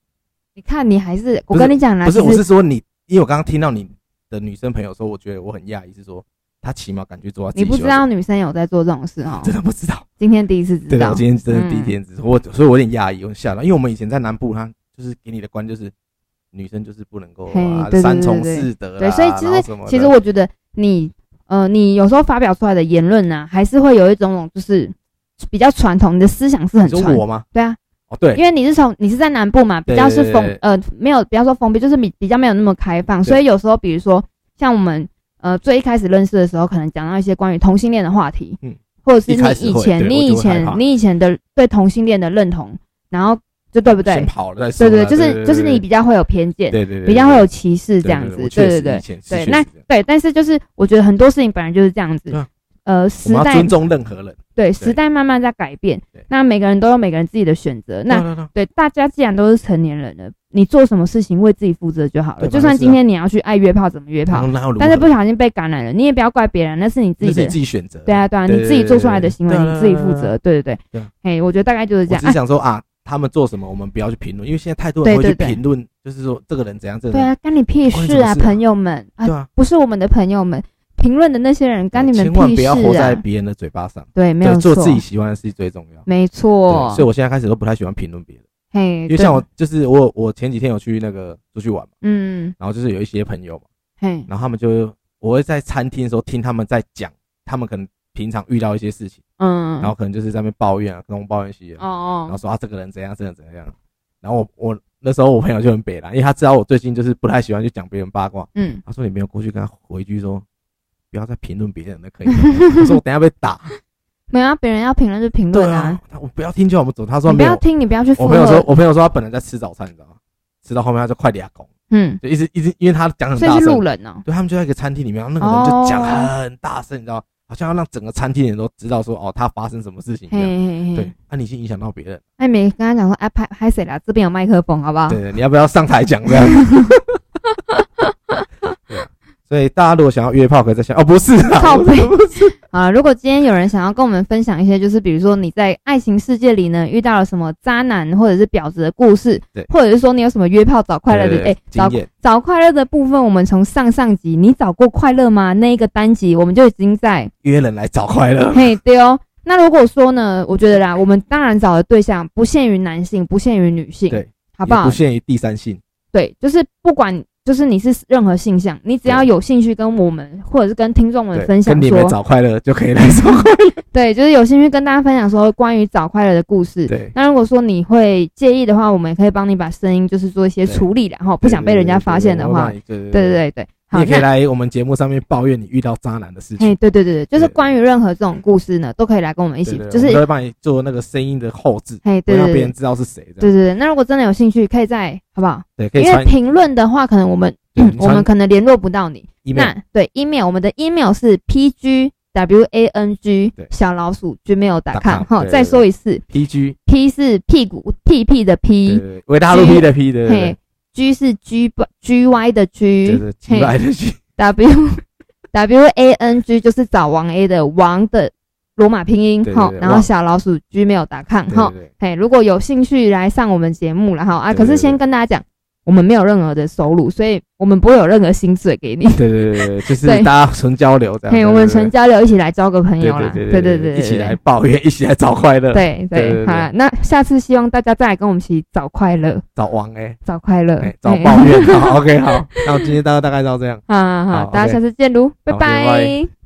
S2: 你看你还是
S1: 不
S2: 我
S1: 是
S2: 跟你讲啦，
S1: 不是，
S2: 啊其
S1: 我
S2: 实
S1: 是说你，因为我刚刚听到你的女生朋友说，我觉得我很讶异，是说她起码敢去做到自己
S2: 你
S1: 喜
S2: 不
S1: 欢
S2: 知
S1: 做的
S2: 道女生有在做这种事哦
S1: 事，。真的不知道。
S2: 今天第一次知
S1: 对的，
S2: 道嗯
S1: 我，今天真的第一天知道，我所以我有点讶异，我很吓到，因为我们以前在南部，他就是给你的观就是。女生就是不能够
S2: 嘿
S1: 啊，
S2: 对对对
S1: 三从
S2: 对对
S1: 四德啦
S2: 对，所以其
S1: 啊然后
S2: 实
S1: 什么的
S2: 其实我觉得你呃，你有时候发表出来的啊言论呢，还是会有一种种就是比较传统，你的思想是很
S1: 你说
S2: 传
S1: 我吗？
S2: 对啊，
S1: 哦，对，
S2: 因为你是从你是在南部嘛，比较
S1: 对
S2: 是
S1: 对对
S2: 封
S1: 对
S2: 呃没有，不要说封闭，就是比比较没有那么开放，所以有时候比如说像我们呃最一开始认识的时候，可能讲到一些关于同性恋的话题，
S1: 嗯
S2: 或者是
S1: 一开
S2: 你
S1: 始
S2: 以
S1: 会
S2: 前
S1: 对
S2: 你
S1: 我就
S2: 以
S1: 会害
S2: 前
S1: 怕
S2: 你以前的对同性恋的认同，然后就对不
S1: 先
S2: 对？
S1: 跑了再说
S2: 对
S1: 啊。
S2: 对，就
S1: 对
S2: 是就是你比较会有偏见，
S1: 对对对，
S2: 比较会
S1: 对
S2: 有歧视这样子，对对对，对
S1: 对，
S2: 那对，但是就是我觉得很多事情本来就是这样
S1: 对
S2: 子
S1: 啊，
S2: 呃，
S1: 我
S2: 时
S1: 们要
S2: 代
S1: 尊重任何人。
S2: 对时代慢慢在改变
S1: 对，
S2: 那每个人都有每个人自己的选择，那
S1: 对对对
S2: 对，大家既然都是成年人了，你做什么事情为自己负责就好了。
S1: 对吧
S2: 就算今天你要去爱约炮，怎么约
S1: 然
S2: 炮
S1: 后，然后如何
S2: 但是不小心被感染了，你也不要怪别人，那是你自
S1: 那
S2: 己
S1: 是你
S2: 的
S1: 自。己选择。
S2: 对啊，对啊，
S1: 对
S2: 你自己做出来的行为，
S1: 对对
S2: 你自己负责。对对
S1: 对
S2: 对
S1: 啊，
S2: 嘿，我觉得大概就是
S1: 我
S2: 这样
S1: 只。是想说啊，他们做什么我们不要去评论，因为现在太多人会
S2: 对
S1: 去
S2: 对对
S1: 评论，就是说这个人怎样，这个
S2: 啊对
S1: 人
S2: 啊，干你屁
S1: 关你
S2: 事
S1: 什么
S2: 啊，
S1: 事啊
S2: 朋友们啊
S1: 对，啊，
S2: 不是我们的朋友们，评论的那些人干你们
S1: 千万
S2: 屁
S1: 不
S2: 事
S1: 要活在
S2: 啊。
S1: 别人的嘴巴上，
S2: 对，没
S1: 对
S2: 有，
S1: 做
S2: 错，
S1: 自己喜欢的事情最重要。
S2: 没错
S1: 对，所以。我现在开始都不太喜欢评论别人，
S2: 嘿，
S1: 因为像我就是我我前几天有去那个出去玩嘛，
S2: 嗯，
S1: 然后就是有一些朋友嘛，
S2: 嘿，
S1: 然后他们就我会在餐厅的时候听他们在讲，他们可能平常遇到一些事情，
S2: 嗯，
S1: 然后可能就是在那边抱怨啊，东抱怨西
S2: 哦
S1: 啊，然后
S2: 哦，
S1: 说啊这个人怎样，这个人怎样，然后我我那时候我朋友就很北啦，因为他知道我最近就是不太喜欢去讲别人八卦，
S2: 嗯，
S1: 他说你没有过去跟他回一句说，不要再评论别人的可 以吗，我说我等一下被打，
S2: 没有啊，别人要评论就评
S1: 对
S2: 论啊
S1: 啊，，他我不要听就好，我们走，他说
S2: 你不
S1: 没
S2: 要
S1: 有，
S2: 听，你不要去附
S1: 我朋 友说
S2: 和，
S1: 我朋友说他本来在吃早餐，你知道吗？吃到后面他就快俩拱，
S2: 嗯，
S1: 就一直一直因为他讲很
S2: 所以
S1: 大
S2: 是
S1: 声
S2: 路，人哦。
S1: 对他们就在一个餐厅里面，然后那个人就讲很大声，你知道吗，好像要让整个餐厅的人都知道说哦他发生什么事情一
S2: 嘿
S1: 样，
S2: 嘿
S1: 对
S2: 嘿，，
S1: 那你已经影响到别人。
S2: 艾美跟他讲说，哎，拍拍谁啦？这边有麦克风，好不好？
S1: 对，你要不要上台讲这样？对啊所以大家如果想要约炮，可以在想 哦，不是啊，
S2: 靠
S1: 我
S2: 背啊！如果今天有人想要跟我们分享一些，就是比如说你在爱情世界里呢遇到了什么渣男或者是婊子的故事
S1: 对，
S2: 或者是说你有什么约炮找快乐
S1: 对对
S2: 的，
S1: 对
S2: 哎，
S1: 经
S2: 找
S1: 验
S2: 找快乐的部分，我们从上上集你找过快乐吗？那一个单集我们就已经 在
S1: 约人来找快乐，
S2: 嘿，对哦。那如果说呢，我觉得啦，我们当然找的对象不限于男性，不限于女性，
S1: 对，
S2: 好不好？
S1: 也不限于第三性，
S2: 对，就是不管就是你是任何性向，你只要
S1: 对
S2: 有兴趣跟我们或者是跟听众们
S1: 对，
S2: 分享
S1: 跟你们
S2: 说，
S1: 找快乐就可以 来找，
S2: 对，就是有兴趣跟大家分享说关于找快乐的故事。
S1: 对，
S2: 那如果说你会介意的话，我们也可以帮你把声音就是做一些
S1: 对
S2: 处理啦，然后不想被人家发现的话，
S1: 对，对对对
S2: 对
S1: 对
S2: 对对对。
S1: 你
S2: 好，
S1: 也可以
S2: 那
S1: 来我们节目上面抱怨你遇到渣男的事
S2: 嘿，
S1: 情，
S2: 对对对对，就是
S1: 对
S2: 关于任何这种故事呢，都可以来跟我们一
S1: 一
S2: 起，就
S1: 我
S2: 是
S1: 们都会帮你做那个声音的后置，
S2: 嘿，
S1: 不
S2: 对
S1: 会
S2: 对
S1: 让别
S2: 对
S1: 人知道是谁，这
S2: 对对
S1: 样
S2: 对。那如果真的有兴趣，可以在好不好？
S1: 对，可以
S2: 因为
S1: 传
S2: 评论的话，可能我们
S1: 对你
S2: 我们
S1: 传
S2: 可能联络不到你，
S1: email，
S2: 那对 email，我们的 email 是 pg w a n g
S1: 对
S2: 小老鼠
S1: com，
S2: gmail.com 哈，
S1: 对
S2: 再
S1: 对
S2: 说一次
S1: PG，
S2: ，p 是屁股屁屁的
S1: 对
S2: p，
S1: 对，对伟大陆 P 的 P，对对
S2: 嘿
S1: 对
S2: ，g 是 g g y 的
S1: 对
S2: g，
S1: 对，奇怪的奇，
S2: w w a n g 就是找王 A 的王的罗马拼音
S1: 对对
S2: 哈，
S1: 对
S2: 然后
S1: 王
S2: 小老鼠 gmail.com
S1: 对
S2: 哈
S1: 对，对。
S2: 嘿，如果有兴趣来上我们节目然后啊，
S1: 对
S2: 可
S1: 对
S2: 是
S1: 对
S2: 先
S1: 对
S2: 跟大家讲，我们没有任何的收入，所以我们不会有任何薪水给你。
S1: 对对 对对，就是
S2: 对
S1: 大家纯交流这样。
S2: 嘿，
S1: 对
S2: 我们纯交流，一起来交个朋
S1: 对
S2: 友啦，
S1: 对
S2: 对
S1: 对
S2: 对，
S1: 一起来抱怨，一起来找 快乐，
S2: 对，对
S1: 对对
S2: 对，
S1: 对
S2: 好啦，那下次希望大家再来跟我们一起找快乐，
S1: 找王哎，
S2: 找快乐
S1: 哎，找
S2: 嘿
S1: 抱怨。好，OK，好，那我今天大概大概到这样。
S2: 好好好，
S1: 好
S2: 大家
S1: OK
S2: 下次见喽，拜
S1: 好拜拜
S2: 拜。